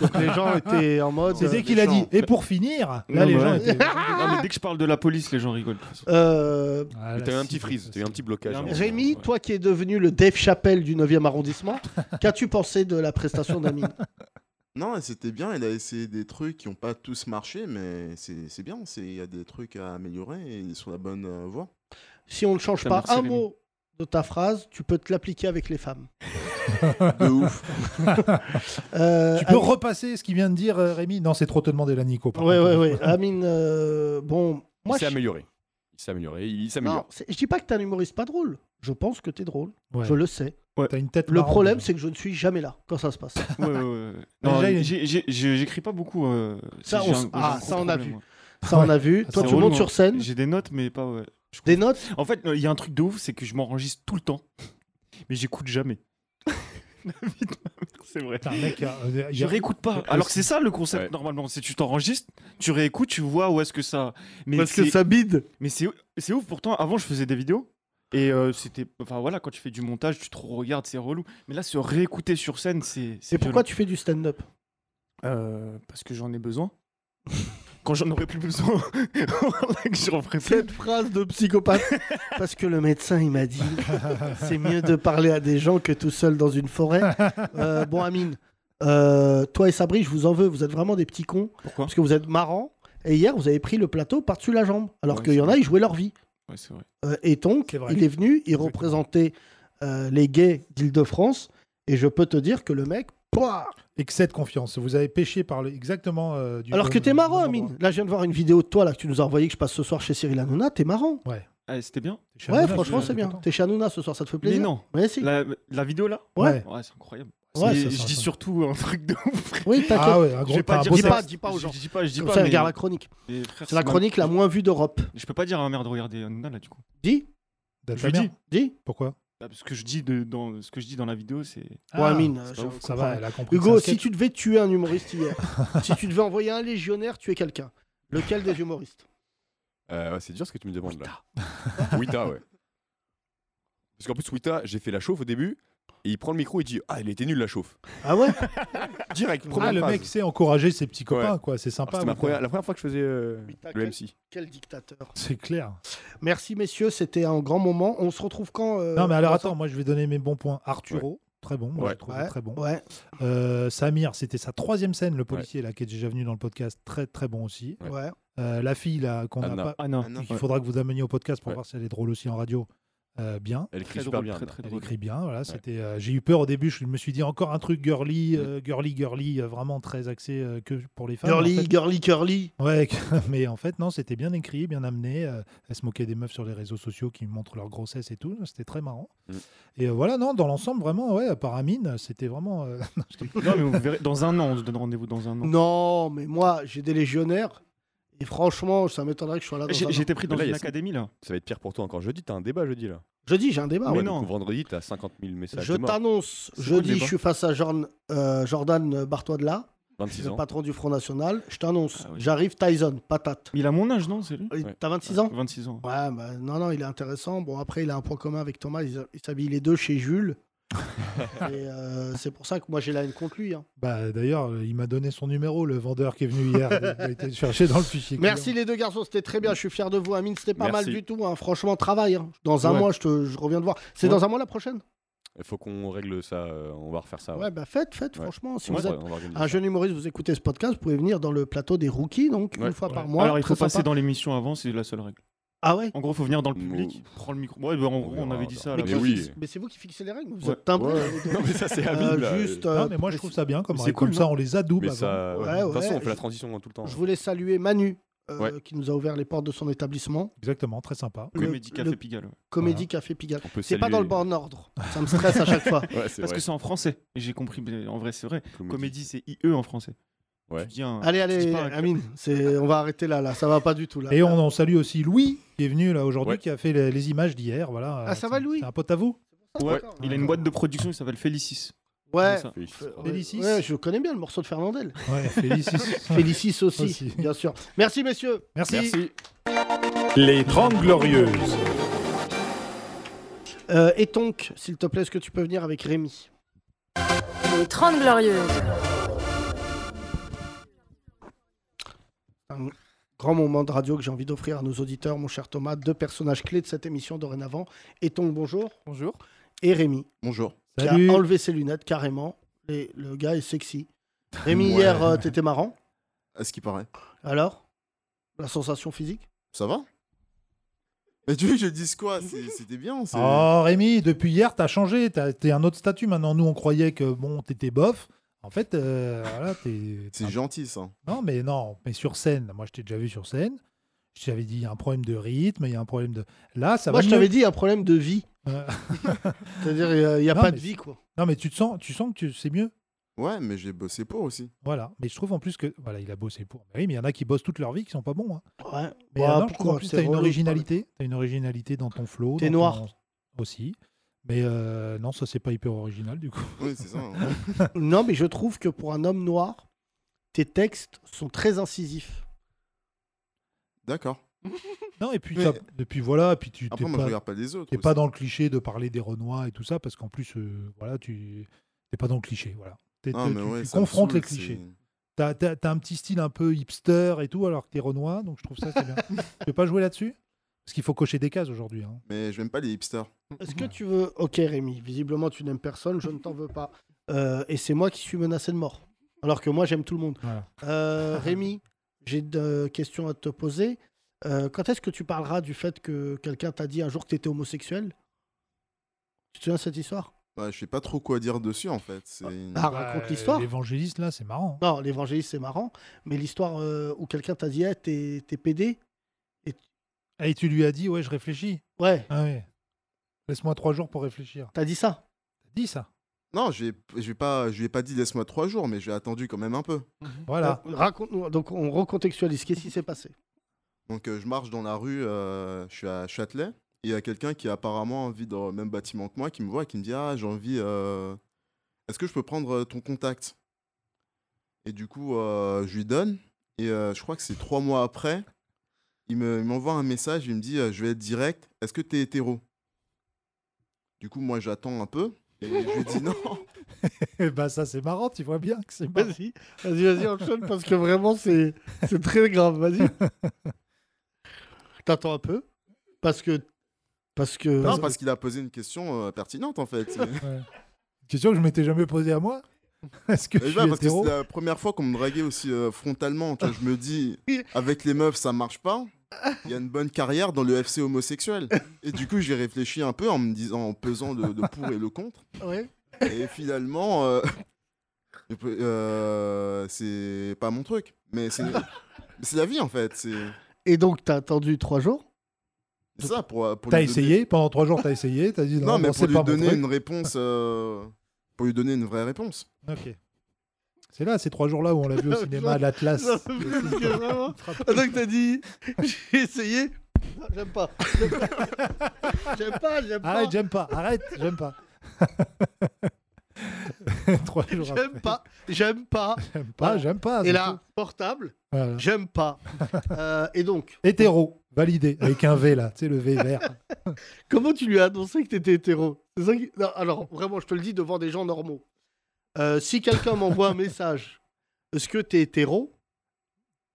C: Donc les
G: <laughs>
C: gens étaient en mode.
D: C'est
C: euh,
D: dès qu'il a dit.
H: méchant.
D: Et pour finir, là,
G: Non,
D: les
G: mais
D: gens
G: ouais.
D: étaient.
G: Non, mais dès que je parle de la police, les gens rigolent. de toute façon.
C: euh,
D: Ah,
E: Mais
D: la
E: T'as eu un
D: cible,
E: petit freeze,
D: ça,
E: t'as eu un petit blocage. hein.
C: Rémi,
E: Ouais.
C: toi qui es devenu le Dave Chappelle du 9e
D: <laughs>
C: arrondissement, qu'as-tu pensé de la prestation d'Amine
H: Non, c'était bien. Il a essayé des trucs qui n'ont pas tous marché, mais c'est c'est bien. c'est- Il y a des trucs à améliorer et il est sur la bonne euh, voie.
C: Si on ne change
D: Bah,
G: Ça,
C: pas
G: merci,
C: un
G: Rémi.
C: mot de ta phrase, tu peux te l'appliquer avec les femmes.
H: De ouf.
C: <laughs> Euh,
D: Tu peux
C: Amine-
D: repasser ce qu'il vient de dire, euh, Rémi Non, c'est trop te demander, là, Nico. par
C: Ouais,
D: contre.
C: ouais,
D: <laughs>
C: ouais. Ah, Amine, euh, bon.
E: Il
C: Moi,
E: s'est
C: je...
E: amélioré. Il s'est amélioré. Il
C: Non,
E: s'améliore.
C: c'est- je dis pas que t'es un humoriste pas drôle. Je pense que t'es drôle.
D: Ouais.
C: Je le sais.
D: T'as une tête
C: Le
D: marrante,
C: problème,
D: déjà.
C: c'est que je ne suis jamais là quand ça se passe.
G: Ouais, ouais,
C: <laughs>
G: ouais. Non,
D: Déjà, il-
G: j'ai- j'ai- j'ai- j'écris pas beaucoup. euh,
C: Ça,
G: j'ai
C: on
G: un-
C: s-
G: j'ai
C: ah,
G: un gros
C: ça, on a
G: problème,
C: vu.
G: moi.
C: Ça, on a vu.
D: Ah,
C: Toi,
G: c'est
C: tu montes
G: relou,
C: sur scène,
G: J'ai des notes, mais pas. ouais. Je
C: des notes.
G: En fait, il y a un truc de ouf, c'est que je m'enregistre tout le temps, mais j'écoute jamais. c'est vrai.
D: T'as un mec, euh, il y
G: Je
D: a-
G: réécoute pas.
C: Ah,
D: c'est-
G: Alors que c'est ça le concept
E: Ouais.
G: normalement, c'est tu t'enregistres, tu réécoutes, tu vois où est-ce que ça. Mais c'est-
C: bide.
G: Mais c'est c'est ouf. Pourtant, avant, je faisais des vidéos et euh, c'était. Enfin voilà, quand tu fais du montage, tu te regardes, c'est relou. Mais là, se réécouter sur scène, c'est.
C: C'est
G: violent.
C: pourquoi tu fais du stand-up.
G: Euh, parce que j'en ai besoin. <laughs> Quand j'en aurais plus besoin, <laughs> voilà que j'en ferai plus.
C: phrase de
G: <laughs>
C: psychopathe. Parce que le médecin, il m'a dit <laughs> c'est mieux de parler à des gens que tout seul dans une
D: <laughs>
C: forêt. Euh, bon, Amine, euh, toi et Sabri, je vous en veux. Vous êtes vraiment des petits cons.
G: Pourquoi
C: Parce que vous êtes marrants. Et hier, vous avez pris le plateau par-dessus la jambe. Alors
G: Ouais,
C: qu'il y
G: c'est
C: en a,
G: vrai.
C: ils jouaient leur vie.
G: Ouais, c'est vrai.
C: Euh, et donc,
D: C'est vrai.
C: il est venu, il
D: Exactement.
C: représentait euh, les gays d'Île-de-France. Et je peux te dire que le mec. pouah,
D: Excès de confiance. Vous avez péché par le. Exactement. euh, du
C: Alors
D: bon-
C: que t'es marrant,
D: du bon endroit.
C: Amine. Là, je viens de voir une vidéo de toi là, que tu nous as envoyée que je passe ce soir chez Cyril Hanouna. T'es marrant.
G: Ah, c'était bien.
D: Chez
C: Ouais,
D: Hanouna,
C: franchement,
D: t'es-
C: c'est
D: t'es
C: bien.
D: content.
C: T'es chez Hanouna ce soir, ça te fait
G: Mais
C: plaisir
G: non,
C: Ouais, si.
G: la, la vidéo là
C: Ouais.
D: Ouais.
G: Ouais, c'est incroyable.
C: Ouais,
G: C'est-
D: ça,
G: je
D: ça,
G: dis
D: ça.
G: surtout un truc de ouf.
D: <laughs>
G: frère.
C: Oui, t'inquiète.
D: Ah ouais, un
G: Je
D: gros
G: vais pas
D: t'as un
G: dire
D: beau
C: dis pas,
D: sexe.
C: dis pas aux
G: Je
C: gens.
G: dis pas, je dis
C: Comme
G: pas.
C: ça,
G: mais- euh,
C: regarde la chronique.
G: mais frère,
C: C'est la
G: ma-
C: chronique la moins vue d'Europe.
G: Je peux pas dire à ma mère de regarder Hanouna là du coup.
C: Dis,
D: Date
G: Je
D: ta
G: lui
D: mère.
G: dis.
C: dis.
D: Pourquoi
G: Bah, parce que je dis de, dans ce que je dis dans la vidéo, c'est.
C: Bon,
D: Ah,
C: Amine,
D: c'est
C: euh,
D: pas
C: je
D: ouf, ça
C: comprends.
D: va, elle a compris.
C: Hugo,
D: c'est un
C: si
D: sketch.
C: tu devais tuer un humoriste hier, <laughs> si tu devais envoyer un légionnaire tuer quelqu'un, lequel des humoristes
E: Euh, ouais, c'est dur ce que tu me demandes là. Wita, ouais. Parce qu'en plus, Wita, j'ai fait la chauffe au début. et il prend le micro et il dit Ah, il était nul la chauffe.
D: Ah
C: <laughs>
D: ouais
E: Direct, première
D: Ah, le
E: phrase.
D: mec sait encourager ses petits copains, quoi. C'est
E: Alors,
D: sympa.
E: C'était ma
D: ouais.
E: première- la première fois que je faisais euh,
C: Oui, t'as
E: le
C: quel-
E: MC.
C: Quel dictateur.
D: C'est clair.
C: Merci messieurs, c'était un grand moment. On se retrouve quand euh,
D: non, mais alors
C: Vincent
D: attends, moi je vais donner mes bons points. Arturo, très bon, moi
E: Ouais.
D: j'ai trouvé
C: Ouais.
D: très bon.
C: Ouais.
D: Euh, Samir, c'était sa troisième scène, le policier là, qui est déjà venu dans le podcast, très très bon aussi.
E: Ouais.
C: Ouais.
D: Euh, la fille là, qu'on n'a
E: Anna.
D: pas,
G: Ah non,
H: Ah non.
D: qu'il faudra que vous ameniez au podcast pour
E: Ouais.
D: voir si elle est drôle aussi en radio. Euh, bien.
E: Elle écrit
G: très
E: super
G: drôle,
E: bien.
G: très
E: Anna.
G: très
D: Elle
G: drôle. <laughs>
D: écrit bien, voilà. C'était, euh, j'ai eu peur au début, je me suis dit encore un truc girly, euh,
E: Mm.
D: girly, girly, euh, vraiment très axé euh, que pour les femmes. en
C: Girly,
D: fait.
C: girly, curly.
D: Ouais, <laughs> que- mais en fait, non, c'était bien écrit, bien amené. euh, elles se moquaient des meufs sur les réseaux sociaux qui montrent leur grossesse et tout. C'était très marrant.
E: Mm.
D: Et euh, voilà, non, dans l'ensemble, vraiment, ouais, à part Amine, c'était vraiment. euh, <laughs>
G: Non, mais vous verrez, dans un an, on se donne rendez-vous dans un an.
C: Non, mais moi, j'ai des légionnaires. Et franchement, ça m'étonnerait que je sois là. Dans
G: J'ai
C: un...
G: j'ai été pris dans
E: Mais là, il y
G: une
E: a ça.
G: académie là.
E: Ça va être pire pour toi encore jeudi. T'as un débat jeudi là.
C: Jeudi, j'ai un débat.
G: Mais
E: Ouais,
C: ouais.
G: non.
E: donc vendredi, t'as 50 000 messages.
C: Je
E: de mort.
C: t'annonce,
G: C'est quoi le
C: jeudi, je
G: débat
C: suis face à Jorn- euh, Jordan Bartois de là,
E: 26
C: le
E: ans.
C: patron du Front National. Je t'annonce,
G: Ah oui.
C: j'arrive Tyson, patate.
G: Il a mon âge, non C'est lui
C: Euh,
E: Ouais.
C: T'as 26 ans
G: 26 ans.
C: Ouais, bah, non, non, il est intéressant. Bon, après, il a un point commun avec Thomas, il il s'habille les deux
E: <laughs>
C: chez Jules. Et, euh, c'est pour ça que moi, j'ai la haine contre lui. hein.
D: Bah, D'ailleurs, euh, il m'a donné son numéro, le vendeur qui est venu hier. il a été le chercher dans le fichier. client.
C: Merci les deux garçons, c'était très bien, je suis fier de vous. Amine, c'était pas
E: Merci.
C: mal du tout, hein. franchement, travail. hein. Dans un
G: Ouais.
C: mois, je, te- je reviens te voir. C'est
E: Ouais.
C: dans un mois la prochaine
E: Il faut qu'on règle ça. euh, on va refaire ça.
C: Ouais, bah faites, faites,
E: Ouais.
C: franchement. Si
E: On
C: vous
E: va-
C: êtes
E: on va organiser
C: un
E: ça.
C: jeune humoriste, vous écoutez ce podcast, vous pouvez venir dans le plateau des rookies, donc
E: Ouais.
C: une fois par
D: Ouais.
C: mois.
G: Alors il
C: très
G: faut passer
C: sympa.
G: dans l'émission avant, c'est la seule règle.
C: Ah ouais
G: En gros, faut venir dans le
E: Mou-
G: public, prends le micro. Ouais, bah, en
E: On
G: gros, on
E: verra,
G: avait dit
E: on
G: ça à
E: verra.
G: la
C: Mais,
E: Mais
C: qui
G: base.
E: oui.
C: fixe- mais c'est vous qui fixez les règles, vous
G: Ouais.
C: êtes timbrés.
E: Ouais.
C: les deux.
E: Non, mais ça, c'est
C: Euh,
E: Amine. là.
C: juste, euh,
D: Non, mais moi, je trouve ça bien comme
E: Mais c'est
D: règle.
E: cool,
D: Comme ça, on les adoube.
E: Mais
D: avant.
E: ça. ouais.
C: Ouais,
E: De toute façon,
C: ouais,
E: on fait la
C: je-
E: transition dans tout le temps.
C: je voulais saluer Manu, euh,
E: Ouais.
C: qui nous a ouvert les portes de son établissement.
D: Exactement, très sympa.
C: Le-
G: Comédie
C: le-
G: Café Pigalle. ouais.
C: Comédie Café Pigalle.
E: On peut
C: C'est pas dans le
E: saluer-
C: bon ordre, ça me stresse à chaque
E: <laughs>
C: fois.
E: Ouais, c'est
G: Parce
E: vrai.
G: que c'est en français. Et J'ai compris, mais en vrai, c'est vrai.
E: Comédie.
G: Comédie, c'est IE en français.
E: Ouais.
G: Tu dis un-
C: Allez,
G: tu
C: allez,
G: dis pas un-
C: Amine, c'est- on va arrêter là, là, ça va pas du tout. Là.
D: Et on en salue aussi Louis, qui est venu là aujourd'hui,
E: Ouais.
D: qui a fait les, les images d'hier. Voilà.
C: Ah,
D: Euh,
C: ça va,
D: c'est-
C: Louis
D: C'est un pote à vous
G: Ouais, Il a une boîte de production qui s'appelle Félicis.
C: Ouais.
G: Comme ça.
E: Oui.
C: Euh,
D: Félicis.
C: ouais, je connais bien le morceau de Fernandel.
D: Ouais, Félicis.
C: <laughs> Félicis aussi,
D: Aussi.
C: bien sûr. Merci, messieurs.
E: Merci.
I: Les 30 Glorieuses.
C: Euh, et donc, s'il te plaît, est-ce que tu peux venir avec Rémi
B: Les 30 Glorieuses.
C: Un grand moment de radio que j'ai envie d'offrir à nos auditeurs, mon cher Thomas, deux personnages clés de cette émission dorénavant. Et donc, bonjour.
J: Bonjour.
C: Et Rémi,
H: Bonjour.
D: Salut.
C: qui a enlevé ses lunettes carrément. Et le gars est sexy. Rémi,
H: Ouais.
C: hier, euh, t'étais marrant.
H: À ce qui paraît.
C: Alors La sensation physique
H: Ça va Mais tu veux que je dise quoi C'est- C'était bien.
C: Hein,
H: c'est-
D: Oh Rémi, depuis hier, t'as changé, t'as- t'es un autre statut maintenant. Nous, on croyait que bon, t'étais bof. En fait, euh, voilà, t'es.
H: C'est gentil ça.
D: Non, mais non, mais sur scène, moi, je t'ai déjà vu sur scène. Je t'avais dit, il y a un problème de rythme, il y a un problème de. Là, ça
C: Moi,
D: va.
C: je
D: mieux.
C: t'avais dit, il y a un problème de vie.
D: Euh,
C: <laughs> C'est-à-dire, il n'y a
D: Non,
C: pas
D: mais-
C: de vie, quoi.
D: non, mais tu te sens, tu sens que tu- c'est mieux.
H: Ouais, mais j'ai bossé pour aussi.
D: Voilà. Mais je trouve en plus que, voilà, il a bossé pour. Mais oui, mais il y en a qui bossent toute leur vie qui sont pas bons. hein.
C: Ouais.
D: Mais
C: Bah,
D: euh, non, je trouve en plus,
C: t'es
D: t'as une
C: relou,
D: originalité, t'as une originalité dans ton flow.
C: T'es
D: dans
C: noir.
D: ton- aussi. Mais euh, non, ça c'est pas hyper original du coup.
H: Oui, c'est ça. hein.
C: <laughs> Non, mais je trouve que pour un homme noir, tes textes sont très incisifs.
H: D'accord.
D: Non, et puis,
H: Mais-
D: t'as- et puis voilà, et puis tu
H: Après,
D: t'es
H: moi, je
D: pas,
H: regarde pas les autres.
D: T'es
H: aussi.
D: pas dans le cliché de parler des Renois et tout ça, parce qu'en plus, euh, voilà, tu t'es pas dans le cliché, voilà. T'es-
H: Non,
D: t'es-
H: mais
D: tu
H: ouais,
D: tu
H: ça me
D: confrontes les
H: saoule,
D: clichés.
H: c'est-
D: T'as as, un petit style un peu hipster et tout, alors que t'es Renois, donc je trouve ça
H: <laughs>
D: c'est bien. tu peux pas jouer là-dessus Parce qu'il faut cocher des cases aujourd'hui. hein.
H: Mais j'aime pas les hipsters.
C: Est-ce que tu veux. Ok, Rémi, visiblement, tu n'aimes personne, je ne t'en veux pas. Euh, et c'est moi qui suis menacé de mort. Alors que moi, j'aime tout le monde.
D: Voilà.
C: Euh, Rémi, j'ai deux questions à te poser. Euh, quand est-ce que tu parleras du fait que quelqu'un t'a dit un jour que t'étais homosexuel Tu te souviens de cette histoire
H: Bah, je sais pas trop quoi dire dessus en fait. C'est
C: Ah,
D: Bah,
C: raconte l'histoire.
D: L'évangéliste, là, c'est marrant.
C: Non, l'évangéliste, c'est marrant, mais l'histoire euh, où quelqu'un t'a dit, Eh, t'es t'es PD
D: Ah, Et tu lui as dit, ouais, je réfléchis.
C: Ouais,
D: Ah ouais. Laisse-moi trois jours pour réfléchir.
C: t'as dit ça.
D: Dis ça.
H: Non, j'ai, j'ai pas, je lui ai pas dit laisse-moi trois jours, mais j'ai attendu quand même un peu.
D: Voilà.
C: Euh, Raconte-nous, donc on recontextualise, qu'est-ce qui s'est passé
H: Donc euh, je marche dans la rue, euh, je suis à Châtelet, et il y a quelqu'un qui apparemment vit dans le même bâtiment que moi qui me voit et qui me dit Ah, j'ai envie, euh, est-ce que je peux prendre euh, ton contact Et du coup, euh, je lui donne, et euh, je crois que c'est trois mois après, il, me, il m'envoie un message, il me dit euh, Je vais être direct, est-ce que t'es hétéro Du coup, moi j'attends un peu, Et je lui dis non.
D: Eh ben ça c'est marrant, tu vois bien que <laughs> c'est marrant.
C: Vas-y, vas-y, vas-y, enchaîne parce que vraiment c'est c'est très grave.
D: <laughs>
C: Vas-y. <laughs> T'attends un peu parce que parce que
H: Non, parce qu'il a posé une question euh, pertinente en
C: <laughs>
H: fait. Mais-
D: Question que je m'étais jamais posée à moi. <laughs> Est-ce que
H: Mais
D: je suis
H: ouais, parce que
D: hétéro
H: c'est la première fois qu'on me draguait aussi euh, frontalement. Tu vois, je me
D: <laughs>
H: dis, avec les meufs, ça marche pas. Il y a une bonne carrière dans le FC homosexuel. Et du coup, j'ai réfléchi un peu en me disant, en pesant le, le pour et le contre.
C: Ouais.
H: Et finalement, euh, je peux- euh, c'est pas mon truc. Mais c'est c'est la vie en fait. C'est
C: et donc t'as attendu trois jours.
H: c'est ça pour. pour
D: T'as
H: lui donner-
D: essayé pendant trois jours, t'as essayé, t'as dit non,
H: Non, mais
D: bon,
H: pour
D: c'est
H: lui
D: pas mon
H: donner
D: truc.
H: une réponse. euh, Pour lui donner une vraie réponse.
D: Ok. C'est là, ces trois jours-là où on
C: <laughs>
D: l'a vu au cinéma à l'Atlas.
C: Non, mais parce
D: <laughs>
C: que vraiment- Ah, Donc t'as dit <laughs> j'ai essayé. Non, J'aime
D: <laughs>
C: pas. J'aime pas. J'aime pas. J'aime pas.
D: Arrête, Ah, j'aime pas. Arrête, j'aime pas. <laughs> trois jours après.
C: J'aime pas. J'aime pas.
D: J'aime pas, Ah, j'aime pas.
C: Et
D: c'est
C: là
D: tout.
C: portable.
D: Voilà.
C: J'aime pas. Euh, et donc
D: Hétéro, validé, avec un V là, tu sais, le V vert.
C: Comment tu lui as annoncé que t'étais hétéro C'est ça qui- Non, Alors, vraiment, je te le dis devant des gens normaux. Euh, si quelqu'un m'envoie un message, est-ce que t'es hétéro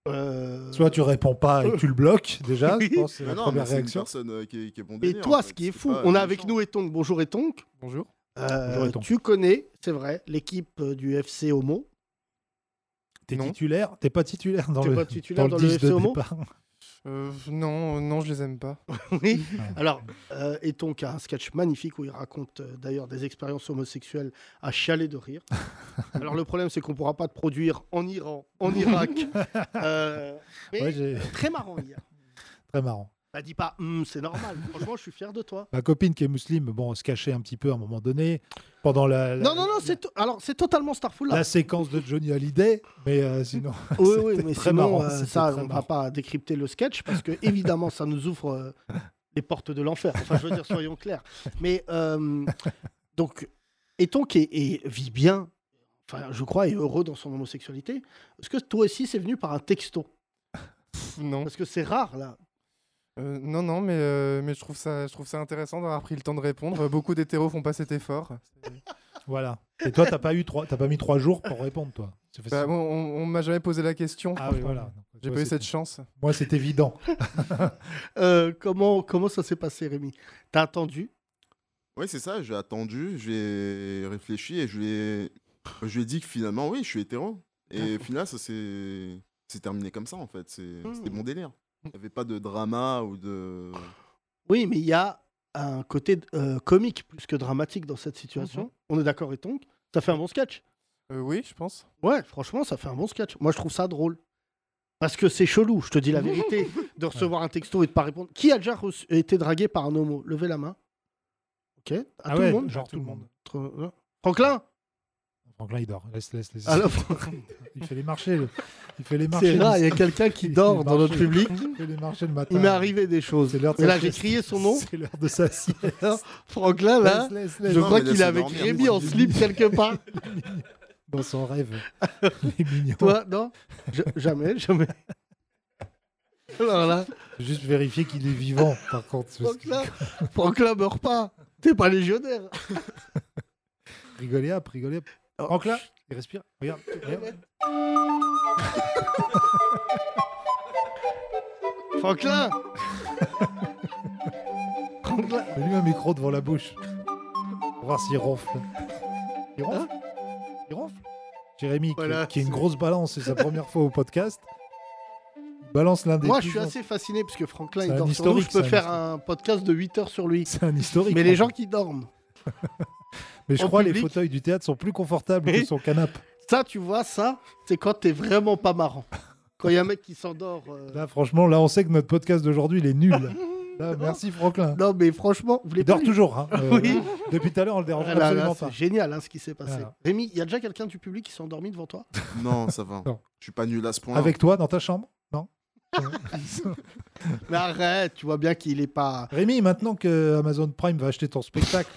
C: Euh,
D: Soit tu réponds pas et tu le bloques,
C: <laughs>
D: déjà,
C: Oui.
D: je pense que c'est
H: Mais
D: la
H: Ah non, mais
D: première
H: c'est une
D: réaction.
H: personne euh, qui, est- qui est bon
C: Et
H: délire, en
C: toi,
H: fait.
C: ce qui est
H: C'est
C: fou,
H: pas
C: on est
H: méchant.
C: avec nous Etonk. Bonjour Etonk.
G: Bonjour.
C: Euh,
D: Bonjour, Etonk.
C: Tu connais, c'est vrai, l'équipe euh, du FC Homo.
D: T'es
J: Non.
D: titulaire T'es pas titulaire dans
C: T'es
D: le.
C: pas titulaire dans le
D: 10 de
C: FC Homo
D: départ.
J: Euh, non, non, je les aime pas.
C: <laughs> Oui. Alors, euh, Etonk a un sketch magnifique où il raconte euh, d'ailleurs des expériences homosexuelles à chialer de
D: <laughs>
C: rire. Alors, le problème, c'est qu'on pourra pas te produire en Iran, en
D: <laughs>
C: Irak. Euh, mais
D: Ouais, j'ai- <laughs>
C: très marrant hier.
D: Très marrant.
C: Bah dis pas, Hum, c'est
D: <laughs>
C: normal. Franchement, je suis fier de toi.
D: Ma copine qui est muslime, bon, se cachait un petit peu à un moment donné pendant la, la,
C: Non, non, non, c'est to- alors c'est totalement Starful. Là.
D: la séquence de Johnny Hallyday, mais euh, sinon.
C: <laughs> oui,
D: c'était
C: oui, mais
D: très
C: sinon,
D: marrant,
C: euh,
D: c'était
C: ça,
D: très
C: on va
D: marrant.
C: pas décrypter le sketch parce que évidemment, ça nous ouvre euh, les portes de l'enfer. Enfin, je veux dire, soyons clairs. Mais euh, donc, Etonk est- et vit bien. Enfin, je crois, est heureux dans son homosexualité. Est-ce que toi aussi, c'est venu par un texto
J: Pff, non,
C: Parce que c'est rare là.
J: Euh, non, non, mais, euh, mais je, trouve ça, je trouve ça intéressant d'avoir pris le temps de répondre.
C: <laughs>
J: Euh, Beaucoup d'hétéros font pas cet effort.
D: Voilà. Et toi, t'as pas eu trois, t'as pas mis trois jours pour répondre, toi. C'est facile.
J: Bah, bon, on on m'a jamais posé la question.
D: ah oui, voilà. Donc,
J: J'ai
D: toi,
J: pas eu
D: c'est-
J: cette chance.
D: Moi, c'est évident.
C: Euh, comment, comment ça s'est passé, Rémi T'as attendu
H: Oui, c'est ça, j'ai attendu, j'ai réfléchi et je lui ai, je lui ai dit que finalement, oui, je suis hétéro. Et au final, ça s'est c'est terminé comme ça, en fait. C'est-
D: Hmm.
H: C'était mon délire. Il n'y avait pas de drama ou
D: <laughs>
H: de.
C: Oui, mais il y a un côté euh, comique plus que dramatique dans cette situation.
D: Mhm.
C: On est d'accord, et donc ça fait un bon sketch.
J: Euh, oui, je pense.
C: Ouais, franchement, ça fait un bon sketch. Moi, je trouve ça drôle. Parce que c'est chelou, je te dis la vérité,
D: <laughs>
C: de recevoir un texto et de pas répondre. Qui a déjà reçu- été dragué par un homo Levez la main. Ok. À
D: Ah
C: tout
D: ouais,
C: le monde
D: genre tout le monde.
C: Entre- euh,
D: <laughs>
C: Franklin
D: Franklin, il dort. Laisse, laisse, laisse.
C: Alors,
D: <laughs> Il fait les marchés. le- Il fait les marchés.
C: C'est
D: le-
C: rare, il y a quelqu'un qui
D: <laughs> Il fait
C: dort
D: les
C: dans notre
D: marchés.
C: public.
D: Il fait les marchés le matin.
C: Il m'est arrivé des choses.
D: C'est l'heure de
C: Et
D: sa
C: là, j'ai
D: sieste.
C: crié son nom.
D: C'est l'heure de sa sieste.
C: <laughs> Franklin, là,
D: Laisse, laisse, laisse.
C: je
H: Non,
C: crois
H: mais
C: qu'il est
H: laisse-le
C: avec
H: dormir,
C: Rémi
H: moi,
C: en
H: je dis.
C: slip quelque
D: <laughs>
C: part.
D: Dans son rêve.
C: <laughs>
D: Il est mignon.
C: Toi, non Je-
D: <laughs>
C: Jamais, jamais. Alors Oh là,
D: Juste vérifier qu'il est vivant, par contre. parce que-
C: Franklin, Franklin meurt pas. T'es pas légionnaire.
D: Rigolez, hop, rigolez. hop.
C: Oh.
D: Franklin, il respire. Regarde. <laughs> regarde. <laughs>
C: Franklin Franklin
D: Mets-lui un micro devant la bouche. Pour voir s'il ronfle. Il ronfle Il ronfle Jérémy, qui-
C: Hein Voilà,
D: qui, est une
C: c'est-
D: grosse balance, c'est sa première fois au podcast. Il Balance l'un des
C: Moi,
D: plus
C: je suis
D: grands-
C: assez fasciné parce que Franklin,
D: C'est
C: il
D: un
C: dort sur nous.
D: historique,
C: Je peux
D: c'est un
C: faire un podcast de 8 heures sur lui.
D: C'est un historique.
C: Mais les gens
D: Franklin.
C: qui dorment,
D: Mais je
C: en
D: crois que les
C: public-
D: fauteuils du théâtre sont plus confortables que son canapé.
C: ça, tu vois, ça, c'est quand t'es vraiment pas marrant. Quand il y a un mec qui s'endort. euh,
D: Là, franchement, là, on sait que notre podcast d'aujourd'hui, il
C: <laughs>
D: est nul. Là, bah, merci, Franklin.
C: Non, mais franchement, vous voulez
D: Il dort
C: pas lui- <laughs>
D: toujours. hein. Euh,
C: Oui.
D: Depuis tout à l'heure, on le dérange
C: Ah là là,
D: absolument
C: c'est
D: pas.
C: génial hein, ce qui s'est passé.
D: Voilà.
C: Rémi, il y a déjà quelqu'un du public qui s'est endormi devant
D: <laughs>
C: toi
H: Non, ça va.
D: Non.
H: Je suis pas nul à ce point.
D: Avec toi, dans ta chambre Non
C: Mais arrête, tu vois bien qu'il est pas.
D: Rémi, maintenant que Amazon Prime va acheter ton spectacle,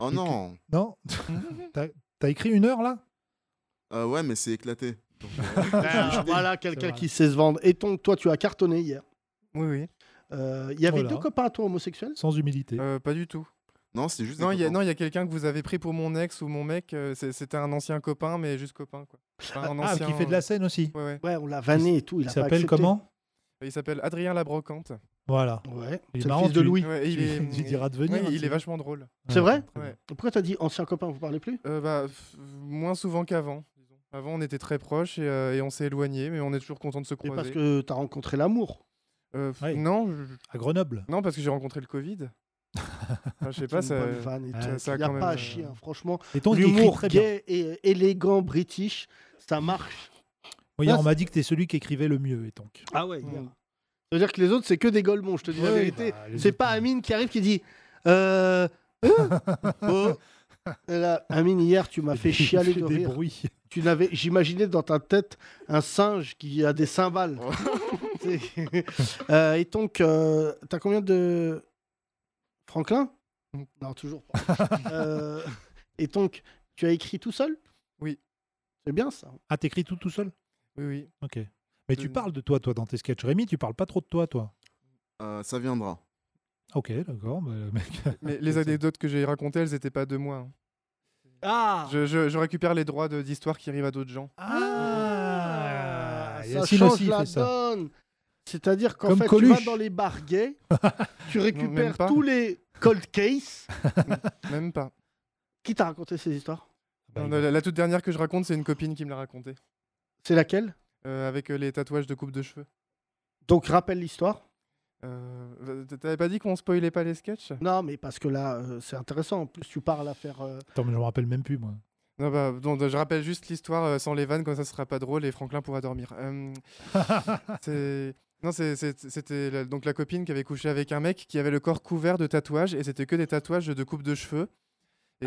H: Oh non
C: <laughs>
D: non T'as- T'as écrit une heure, là
H: Euh, Ouais, mais c'est éclaté. Donc,
D: <laughs>
H: euh,
C: Ah, voilà
D: C'est
C: quelqu'un
D: vrai.
C: qui sait se vendre. Et ton, toi, tu as cartonné hier.
J: Oui, oui.
C: Euh, Il y avait
D: Voilà.
C: deux copains à toi homosexuels
D: Oh Sans humilité.
J: Euh, pas du tout.
H: Non, c'est juste. des
J: Non, il y a,
H: copains.
J: non, il y a quelqu'un que vous avez pris pour mon ex ou mon mec. euh, c'est- C'était un ancien copain, mais juste copain. Quoi. Enfin, un
D: Ah,
J: ancien, euh,
D: qui fait de la scène aussi.
J: Ouais, ouais.
D: Ouais,
J: on
D: l'a vanné et tout, il Il a pas s'appelle accepté. comment
J: Il s'appelle Adrien Labrocante.
D: Voilà.
C: Ouais.
D: <laughs> Il est
C: C'est le
D: marrant,
C: fils de
D: tu-
C: Louis.
J: Ouais, et il est-
D: tu diras de venir. hein,
J: ouais, il
D: tu-
J: est vachement drôle.
C: C'est vrai
J: Ouais.
C: Pourquoi t'as dit ancien copain, vous parlez plus
J: Euh, bah, f- Moins souvent qu'avant. disons. Avant, on était très proches et, euh, et on s'est éloignés, mais on est toujours content de se
C: Mais
J: croiser.
C: parce que t'as rencontré l'amour.
J: Euh, f-
C: Ouais.
J: Non. je-
D: À Grenoble
J: Non, parce que j'ai rencontré
D: <laughs>
J: le Covid. Enfin, je sais
C: C'est
J: pas,
C: une
J: ça.
C: bonne vanne et tout.
J: ça- ça
C: Il y a
J: quand même,
C: pas à
J: euh,
C: chier, hein, franchement.
D: Et ton, il écrit
C: L'humour
D: très
C: gay et élégant british, ça marche.
D: Oui,
C: Là,
D: on m'a dit que t'es celui qui écrivait le mieux, et donc.
C: Ah ouais,
J: Mm.
C: C'est-à-dire que les autres, c'est que des golemons, je te dis la
D: Ouais,
C: vérité.
D: bah, les
C: c'est pas Amine qui arrive qui dit euh, euh,
D: <laughs>
C: oh. Et là, Amine, hier, tu m'as fait chialer de
D: Des
C: rire.
D: bruits.
C: Tu n'avais, j'imaginais dans ta tête un singe qui a des cymbales.
J: Oh.
C: <laughs> C'est- Euh, et donc, euh, t'as combien de Franklin Non, toujours pas. <laughs> Euh, et donc, tu as écrit tout seul
J: Oui.
C: C'est bien ça.
D: Ah, t'écris tout tout seul
J: Oui, oui.
D: Ok. Mais
J: Euh,
D: tu parles de toi, toi, dans tes sketchs. Rémi, tu parles pas trop de toi, toi.
H: Euh, ça viendra.
D: Ok, d'accord. bah, le mec-
J: Mais
D: <laughs>
J: les anecdotes que j'ai racontées, elles n'étaient pas de moi. hein.
C: Ah
J: Je, je- je récupère les droits de- d'histoire qui arrivent à d'autres gens.
D: Ah,
C: ça
D: Yacine
C: change
D: aussi
C: la
D: fait ça.
C: donne. C'est-à-dire qu'en
D: Comme
C: fait,
D: Coluche.
C: tu vas dans les bars gays, tu
J: même
C: récupères
J: pas.
C: tous les cold case.
J: <laughs> Même pas.
C: Qui t'a raconté ces histoires
J: Non, la, la toute dernière que je raconte, c'est une copine qui me l'a racontée.
C: C'est laquelle
J: Euh, Avec euh, les tatouages de coupe de cheveux.
C: Donc, rappelle l'histoire.
J: Euh, t- T'avais pas dit qu'on spoilait pas les sketchs
C: Non, mais parce que là, euh, c'est intéressant. En plus, tu parles à faire. euh,
D: Attends, mais je me rappelle même plus, moi.
J: Non, bah, donc, je rappelle juste l'histoire euh, sans les vannes, comme ça ce sera pas drôle et Franklin pourra dormir.
D: <laughs>
J: Euh, c'est- non, c'est- c'est- c'était la- donc la copine qui avait couché avec un mec qui avait le corps couvert de tatouages et c'était que des tatouages de coupe de cheveux. Et,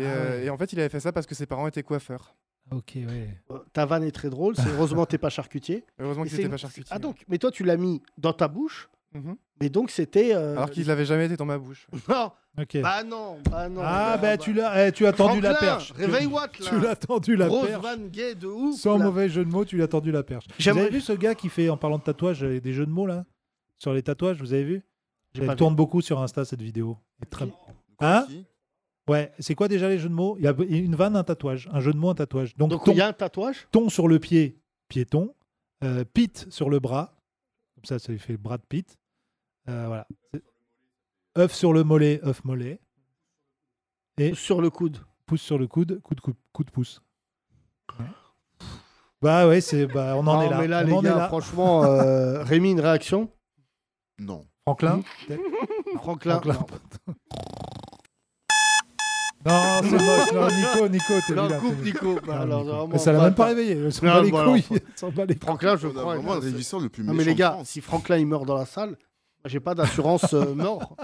D: Ah
J: euh,
D: ouais. Ah,
J: et en fait, il avait fait ça parce que ses parents étaient coiffeurs.
D: Ok, ouais.
C: euh, ta vanne est très drôle. C'est heureusement t'es pas charcutier.
J: Heureusement
C: Et
J: qu'il
C: c'est
J: était
C: une-
J: pas charcutier.
C: Ah donc, mais toi tu l'as mis dans ta bouche.
J: Mhm.
C: Mais donc c'était. euh,
J: Alors qu'il l'avait jamais été dans ma bouche.
C: <laughs> Non.
D: Ok.
C: Bah non, bah non.
D: ah,
C: bah,
D: bah, tu l'as eh, tu as tendu la
C: Franklin,
D: perche. Tu- <laughs>
C: réveille-Watt, là.
D: Tu l'as tendu la
C: Grosse
D: perche.
C: vanne gay de ouf.
D: Sans
C: là.
D: mauvais jeu de mots, tu l'as tendu la perche. Vous
C: J'aimerais-
D: avez vu ce gars qui fait, en parlant de tatouage, euh, des jeux de mots là Sur les tatouages, vous avez vu
C: J'ai pas
D: Elle
C: vu.
D: tourne beaucoup sur Insta cette vidéo. Elle est très- Hein Ouais, c'est quoi déjà les jeux de mots Il y a une vanne, un tatouage. Un jeu de mots, un tatouage. Donc,
C: Donc
D: ton,
C: il y a un tatouage.
D: ton sur le pied, piéton. Euh, Pete sur le bras. Comme ça, ça lui fait le bras de Pete. Euh, voilà. C'est- œuf sur le mollet, œuf mollet. Et
C: sur le coude.
D: Pouce sur le coude, coup de, coup, coup de pouce. Ouais. Bah ouais, c'est bah, on en
C: Non,
D: est là.
C: Ah, Mais là
D: on
C: les
D: en
C: gars,
D: est là.
C: franchement,
D: <laughs>
C: euh, Rémi une réaction.
H: Non.
D: Franklin
C: Franklin.
D: Franklin.
C: non.
D: Non, c'est moche. Non, Nico, Nico, t'es
C: Non,
D: vu là,
C: coupe,
D: t'es vu.
C: Nico. Bah,
D: Non,
C: alors,
D: Nico.
C: vraiment,
D: Mais ça l'a
C: pas
D: même pas
C: attends.
D: réveillé. Elle s'en
C: Non,
D: bat les
C: bah, alors,
D: couilles. Elle s'en bat les couilles.
C: Franklin, je
H: On a
C: crois.
H: vraiment
C: là,
H: le
C: c'est-
H: régisseur le plus
C: Non
H: méchant
C: mais les
H: de
C: gars,
H: France.
C: si Franklin il meurt dans la salle, moi, j'ai pas d'assurance
D: <laughs>
C: euh, mort.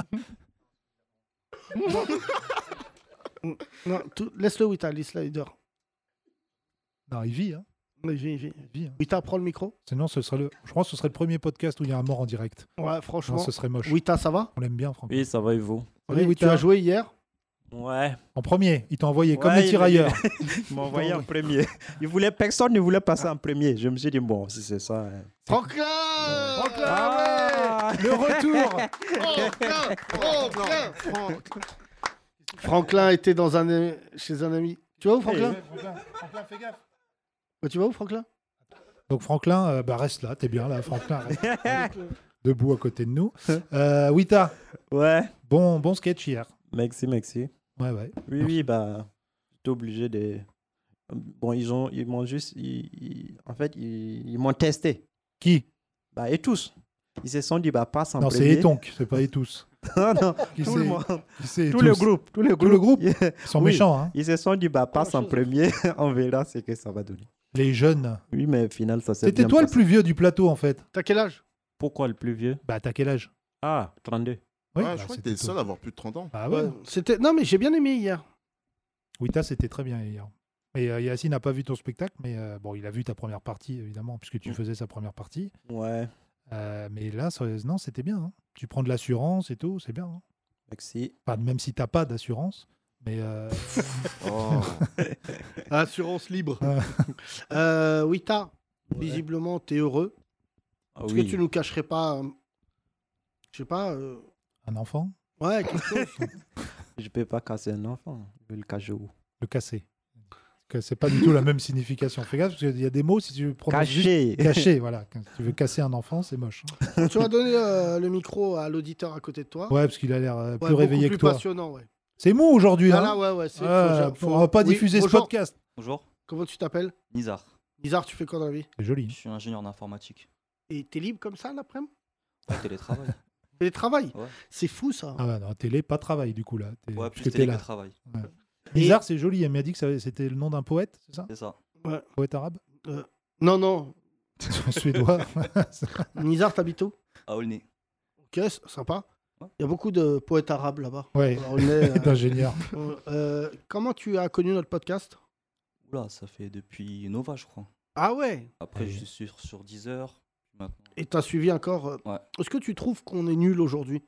C: non, Non, tout- laisse-le Wita, laisse-le leader.
D: Non, il vit. hein. vit, hein.
C: Wita, prends le micro.
D: Sinon, ce serait le. Je pense que ce serait le premier podcast où il y a un mort en direct.
C: Ouais, franchement.
D: Non, ce serait moche.
C: Wita, ça va
D: On l'aime bien, Franck.
K: Oui, ça va et vous
D: Salut,
C: Oui, Tu
D: Wita.
C: as joué hier
K: Ouais.
D: En premier, il t'a envoyé comme
K: Ouais,
D: les
K: il-
D: tirailleurs.
K: <laughs> Il m'a envoyé en premier. Il voulait, personne ne voulait passer en premier. Je me suis dit, bon, si c'est ça. euh.
C: Franklin
D: Franklin,
K: Ah
D: Le retour
C: Franklin Franklin
H: Franck,
C: Franklin était dans un, euh, chez un ami. Tu vas où, Franklin
D: fais gaffe.
C: Bah, Tu vas où, Franklin
D: Donc Franklin, euh, bah reste là, t'es bien là, Franklin.
K: <laughs>
D: reste debout à côté de nous. Euh, Wita.
K: Ouais.
D: Bon, bon sketch hier.
K: Merci, merci.
D: Ouais, ouais.
K: Oui, oui, bah, j'étais obligé de. Bon, ils ont, ils m'ont juste, ils- ils- en fait, ils, ils m'ont testé.
D: Qui
K: Bah, et tous. Ils se sont dit, bah, passe en
D: Non, c'est
K: premier.
D: Etonk, c'est pas Etous.
K: <laughs> non, non,
D: Qui
K: tout le
D: c'est
K: monde.
D: Qui c'est
K: Tout le
D: Etous
K: groupe, tout le
D: Tout le groupe.
K: groupe. <laughs>
D: Ils sont
K: Oui.
D: méchants, hein.
K: Ils se sont dit, bah, passe en premier, <laughs> on verra ce que ça va donner.
D: Les jeunes.
K: Oui, mais au final, ça s'est
D: C'était
K: bien
D: toi le
K: passé.
D: plus vieux du plateau, en fait.
C: T'as quel âge
K: Pourquoi le plus vieux
D: Bah, t'as quel âge
K: Ah, 32.
D: Oui,
H: Ouais,
D: bah,
H: je crois que t'es
D: c'était
H: le
D: toi.
H: seul à avoir plus de 30 ans.
D: Ah ouais.
C: Ouais, c'était... Non, mais j'ai bien aimé hier.
D: Wita, c'était très bien hier. Et euh, Yacine n'a pas vu ton spectacle, mais euh, bon, il a vu ta première partie, évidemment, puisque
C: Mm.
D: tu faisais sa première partie.
K: Ouais,
D: Euh, mais là, sérieusement, non, c'était bien. hein. Tu prends de l'assurance et tout, c'est bien. hein.
K: merci.
D: Enfin, même si t'as pas d'assurance,
C: <laughs>
D: mais euh,
H: Oh.
C: Assurance libre.
D: Ouais.
C: Euh, Wita, visiblement, t'es heureux.
K: Ah
C: Est-ce
K: oui.
C: que tu nous cacherais pas, euh, je sais pas, euh,
D: un enfant. <laughs>
C: ouais, quelque chose
K: Je peux pas casser un enfant. Je vais le cacher où
D: Le casser. que c'est pas du tout la même signification. Fais gaffe, parce qu'il y a des mots, si tu prends
K: Caché.
D: <laughs> Caché, voilà. Quand tu veux casser un enfant, c'est moche. hein.
C: tu vas donner euh, le micro à l'auditeur à côté de toi.
D: Ouais, parce qu'il a l'air euh,
C: Ah. Ouais,
D: plus
C: beaucoup
D: réveillé
C: plus
D: que toi.
C: passionnant, ouais.
D: C'est mou aujourd'hui.
C: Ah
D: hein.
C: là, ouais, ouais, c'est- faut
D: Ah,
C: que je- faut-
D: On va pas
C: Oui,
D: diffuser ce
C: bonjour.
D: podcast.
L: Bonjour,
C: Comment tu t'appelles
L: Nizar.
C: Bizarre, tu fais quoi dans la vie
D: C'est joli.
L: Je suis ingénieur en informatique.
C: Et t'es libre comme ça l'après-midi
D: <laughs>
L: Ouais, télétravail.
C: Télétravail
L: Ouais.
C: C'est fou ça.
D: Ah bah non, télé, pas travail du coup là. T'es-
L: Ouais,
D: parce
L: plus
D: que t'es
L: télé
D: là.
L: que travail.
D: Ouais. Bizarre, c'est joli. Elle m'a dit que ça- c'était le nom d'un poète, c'est ça
L: C'est ça.
C: Ouais.
D: Poète arabe
C: Euh, non, non. <laughs>
D: <laughs> Suédois.
C: Nizar, t'habites où
L: À Aulnay.
C: Ok, s- sympa. Il y a beaucoup de poètes arabes là-bas.
D: Ouais.
C: Alors, on est,
D: <laughs>
C: euh, <laughs>
D: D'ingénieurs.
C: euh, euh, comment tu as connu notre podcast
L: Oula, ça fait depuis Nova, je crois.
C: Ah ouais
L: Après, je suis sur, sur 10 heures. Maintenant,
C: Et t'as suivi encore euh,
L: Ouais.
C: Est-ce que tu trouves qu'on est nul aujourd'hui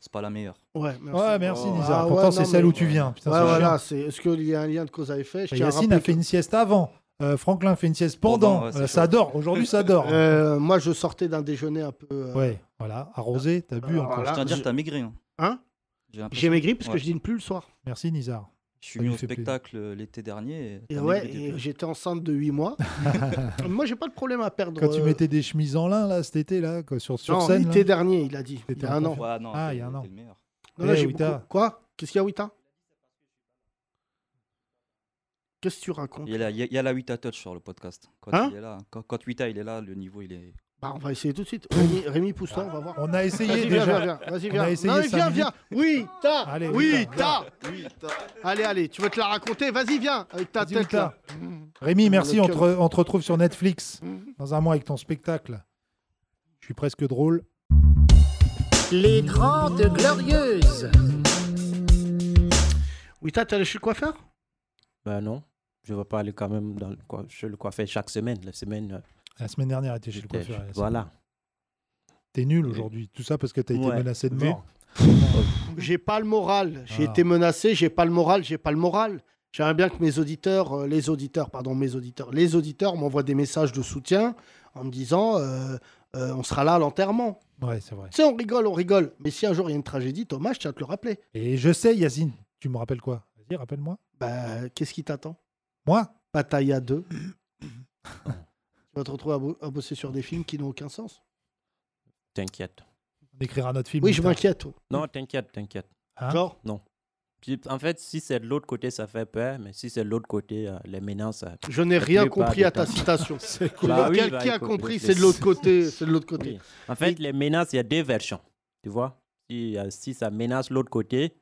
L: c'est pas la meilleure.
C: Ouais, merci.
D: Ouais, merci,
C: Oh.
D: Nizar.
C: Ah
D: Pourtant,
C: ouais,
D: c'est
C: non,
D: celle
C: mais-
D: où tu viens. Putain,
C: Ouais,
D: c'est
C: voilà,
D: chiant.
C: c'est- Est-ce qu'il y a un lien de cause à effet Je tiens à
D: Yacine a
C: rappeler
D: fait une sieste avant. Euh, Franklin fait une sieste pendant.
C: Pendant, ouais, c'est
D: Euh, ça
C: chaud.
D: dort. Aujourd'hui, ça dort.
C: Euh, moi, je sortais d'un déjeuner un peu. euh,
D: Ouais, voilà. Arrosé, t'as bu
C: alors
D: encore.
C: là,
L: Je tiens à dire
C: je-
L: que t'as maigri. Hein.
C: Hein
L: J'ai l'impression-
C: J'ai maigri parce que
L: Ouais.
C: je dîne plus le soir.
D: Merci, Nizar.
L: Je suis
D: Ça
L: venu
D: lui
L: au
D: fait Ah, plaisir.
L: spectacle euh, l'été dernier.
C: Et
L: t'as
C: ouais,
L: maigri
C: et
L: depuis.
C: j'étais enceinte de 8
D: <laughs>
C: mois. moi, j'ai pas de problème à perdre.
D: Quand tu
C: euh,
D: mettais des chemises en lin, là, cet été, là, quoi, sur, sur
C: non,
D: scène. là.
C: L'été dernier, il a dit. Il y
D: T'étais
C: a un
D: en
C: an.
D: confiance. Ah, il y a un an.
C: Non, là,
D: Eh,
C: j'ai
D: Wita.
C: beaucoup- Quoi Qu'est-ce qu'il y a, Wita Qu'est-ce que tu racontes
L: Il y a la- il y a- il y a la 8 à touch sur le podcast. Quand
C: Hein
L: il est là, quand, quand 8 il est là, le niveau il est.
C: Bah, on va essayer tout de suite. Rémi, Rémi pousse-toi, on va voir.
D: On a essayé
C: Vas-y,
D: déjà.
C: Viens, viens, viens. Vas-y,
D: On
C: viens.
D: a essayé
C: non, mais
D: cinq
C: viens,
D: minutes.
C: viens. Oui, t'as.
D: Allez,
C: oui,
D: Wita,
C: t'as. Allez, allez, tu veux te la raconter Vas-y, viens, avec ta
D: Vas-y,
C: tête
D: Wita.
C: là.
D: Rémi,
C: Dans
D: merci.
C: le
D: On te,
C: cœur.
D: re- on te retrouve
C: <laughs>
D: sur Netflix dans un mois avec ton spectacle. Je suis presque drôle.
M: Les 30 Glorieuses.
C: Wita, t'es allé chez le coiffeur
K: Ben non, je vais pas aller quand même dans le coif- chez le coiffeur chaque semaine. La semaine, euh,
D: La semaine dernière, elle était chez le
K: j'étais-
D: coiffeur. elle, c'est
K: voilà.
D: bon. T'es nul aujourd'hui. Tout ça parce que t'as été
K: Ouais.
D: menacé de
K: Vu.
D: mort.
C: J'ai pas le moral. J'ai
D: Ah.
C: été menacé, j'ai pas le moral, j'ai pas le moral. J'aimerais bien que mes auditeurs, euh, les auditeurs, pardon, mes auditeurs, les auditeurs m'envoient des messages de soutien en me disant euh, euh, on sera là à l'enterrement.
D: Ouais, c'est vrai.
C: Tu sais, on rigole, on rigole. Mais si un jour il y a une tragédie, Thomas, je tiens à te le rappeler.
D: Et je sais, Yacine, tu me rappelles quoi Vas-y, rappelle-moi.
C: Bah, qu'est-ce qui t'attend
D: Moi
C: Bataille à 2. <coughs> tu vas te retrouver à, bo- à bosser sur des films qui n'ont aucun sens.
K: T'inquiète.
D: On écrira notre film.
C: Oui, je
D: plus tard.
C: m'inquiète.
K: Non, t'inquiète, t'inquiète.
D: Hein
C: Genre
K: Non. Puis, en fait, si c'est de l'autre côté, ça fait peur, mais si c'est de l'autre côté, euh, les menaces. euh,
C: Je n'ai
K: la
C: rien
K: plupart
C: compris
K: du
C: à ta
K: temps.
C: citation. C'est
K: Bah oui, bah,
C: Quelqu'un a
K: écoute,
C: compris, c'est de l'autre côté. C'est de l'autre côté.
K: Oui. En fait, les menaces, il y a deux versions. Tu vois si, euh, si ça menace l'autre côté,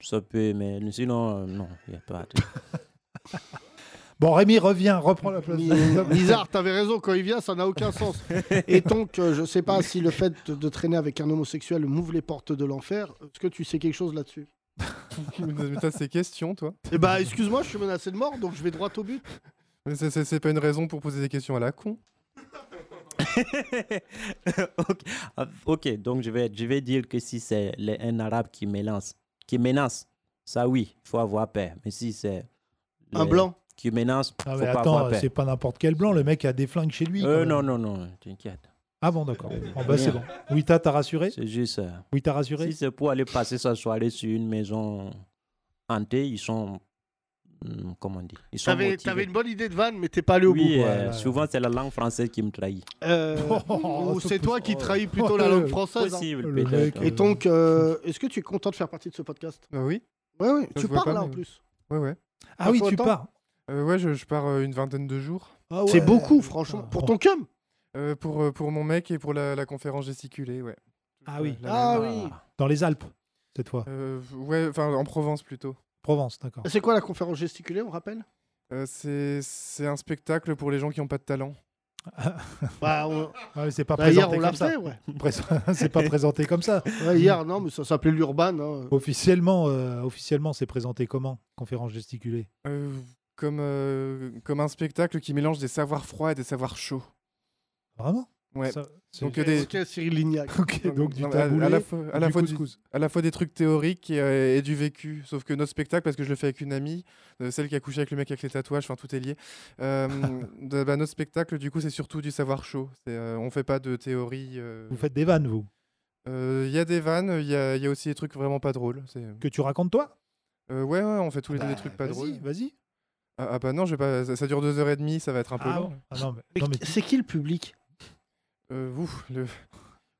K: ça peut, mais sinon, euh, non, il n'y a pas. de-
D: Bon, Rémi, reviens, reprends la place. <laughs>
C: Bizarre, t'avais raison, quand il vient, ça n'a aucun sens. Et donc, euh, je sais pas si le fait de, de traîner avec un homosexuel m'ouvre les portes de l'enfer. Est-ce que tu sais quelque chose là-dessus
J: <laughs> Mais t'as ces questions, toi
C: Eh bah, excuse-moi, je suis menacé de mort, donc je vais droit au but.
J: Mais c'est- c'est c'est pas une raison pour poser des questions à la con.
K: ok, <laughs> Ah, ok, donc je vais, je vais dire que si c'est le- un arabe qui menace, qui menace, ça oui, il faut avoir peur. Mais si c'est
D: Un
K: le-
D: blanc.
K: qui menace,
D: Ah,
K: faut
D: mais
K: pas avoir
D: attends,
K: peur.
D: c'est pas n'importe quel blanc. Le mec a des flingues chez lui.
K: Euh,
D: quand même.
K: non, Euh, non, non, t'inquiète.
D: Ah bon, d'accord. Bon, bah, c'est bon. Oui, t'as t'as rassuré
K: C'est juste. euh,
D: Oui, t'as rassuré
K: Si c'est pour aller passer sa soirée sur une maison hantée, ils sont. hmm, Comment on dit Ils sont
C: T'avais
K: motivés.
C: t'avais une bonne idée de vanne, mais t'es pas allé au
K: Oui,
C: bout.
K: euh,
C: Ouais.
K: souvent c'est la langue française qui me trahit.
C: Euh, ou c'est toi qui trahis plutôt la langue française. hein.
K: Possible,
J: Le mec,
K: peut-être.
C: Et donc, euh, est-ce que tu es content de faire partie de ce podcast
J: Bah oui.
C: Ouais, ouais,
J: Ça
C: tu
J: se voit
C: pars
J: pas,
C: là
J: mais-
C: en plus.
J: Ouais, ouais.
C: Ah oui, Pas tu autant. pars.
J: Euh, Ouais, je, je pars euh, une vingtaine de jours.
D: Ah
J: Ah.
C: C'est beaucoup, franchement. Pour ton cum
J: Euh, pour, euh, pour mon mec et pour la, la conférence gesticulée, ouais.
D: Ah oui.
C: Ah oui.
D: Dans les Alpes, cette fois.
J: Euh, ouais, enfin en Provence plutôt.
D: Provence, d'accord.
C: C'est quoi la conférence gesticulée, on rappelle
J: Euh, c'est c'est un spectacle pour les gens qui n'ont pas de talent.
C: bah, on-
D: Ah, mais c'est pas
C: Bah,
D: présenté
C: hier, on
D: comme
C: l'a
D: ça.
C: fait,
D: <laughs>
C: ouais.
D: Prés- c'est pas présenté comme ça.
C: Ouais, hier, non, mais ça s'appelait l'urban. hein.
D: Officiellement, euh, officiellement, c'est présenté comment Conférence gesticulée.
J: Euh, comme, euh, comme un spectacle qui mélange des savoirs froids et des savoirs chauds.
D: Vraiment
J: Ouais.
D: Ça- c'est-
J: donc euh, des...
C: Ok, Cyril Lignac.
D: <laughs> Ok, donc du
J: Non, mais à-
D: taboulé,
J: à, la fois, à la
D: du
J: fois du-
D: couscous.
J: à la fois des trucs théoriques et, euh, et du vécu. Sauf que notre spectacle, parce que je le fais avec une amie, euh, celle qui a couché avec le mec avec les tatouages, enfin tout est lié.
D: <laughs>
J: Euh, de- bah, notre spectacle, du coup, c'est surtout du savoir chaud. C'est, euh, on fait pas de théorie. euh,
D: Vous faites des vannes, vous
J: Euh, Il y a des vannes, il y, a il y a aussi des trucs vraiment pas drôles. euh.
D: Que tu racontes toi
J: Ouais, ouais, on fait tous les deux
D: Bah,
J: des trucs pas
D: vas-y,
J: drôles.
D: Vas-y.
J: Ah, ah bah non, je vais pas... ça, ça dure deux heures et demie, ça va être un peu
D: Ah
J: long.
D: bon Ah non, mais- Mais non, mais-
C: C'est qui le public
J: Euh, ouf, le...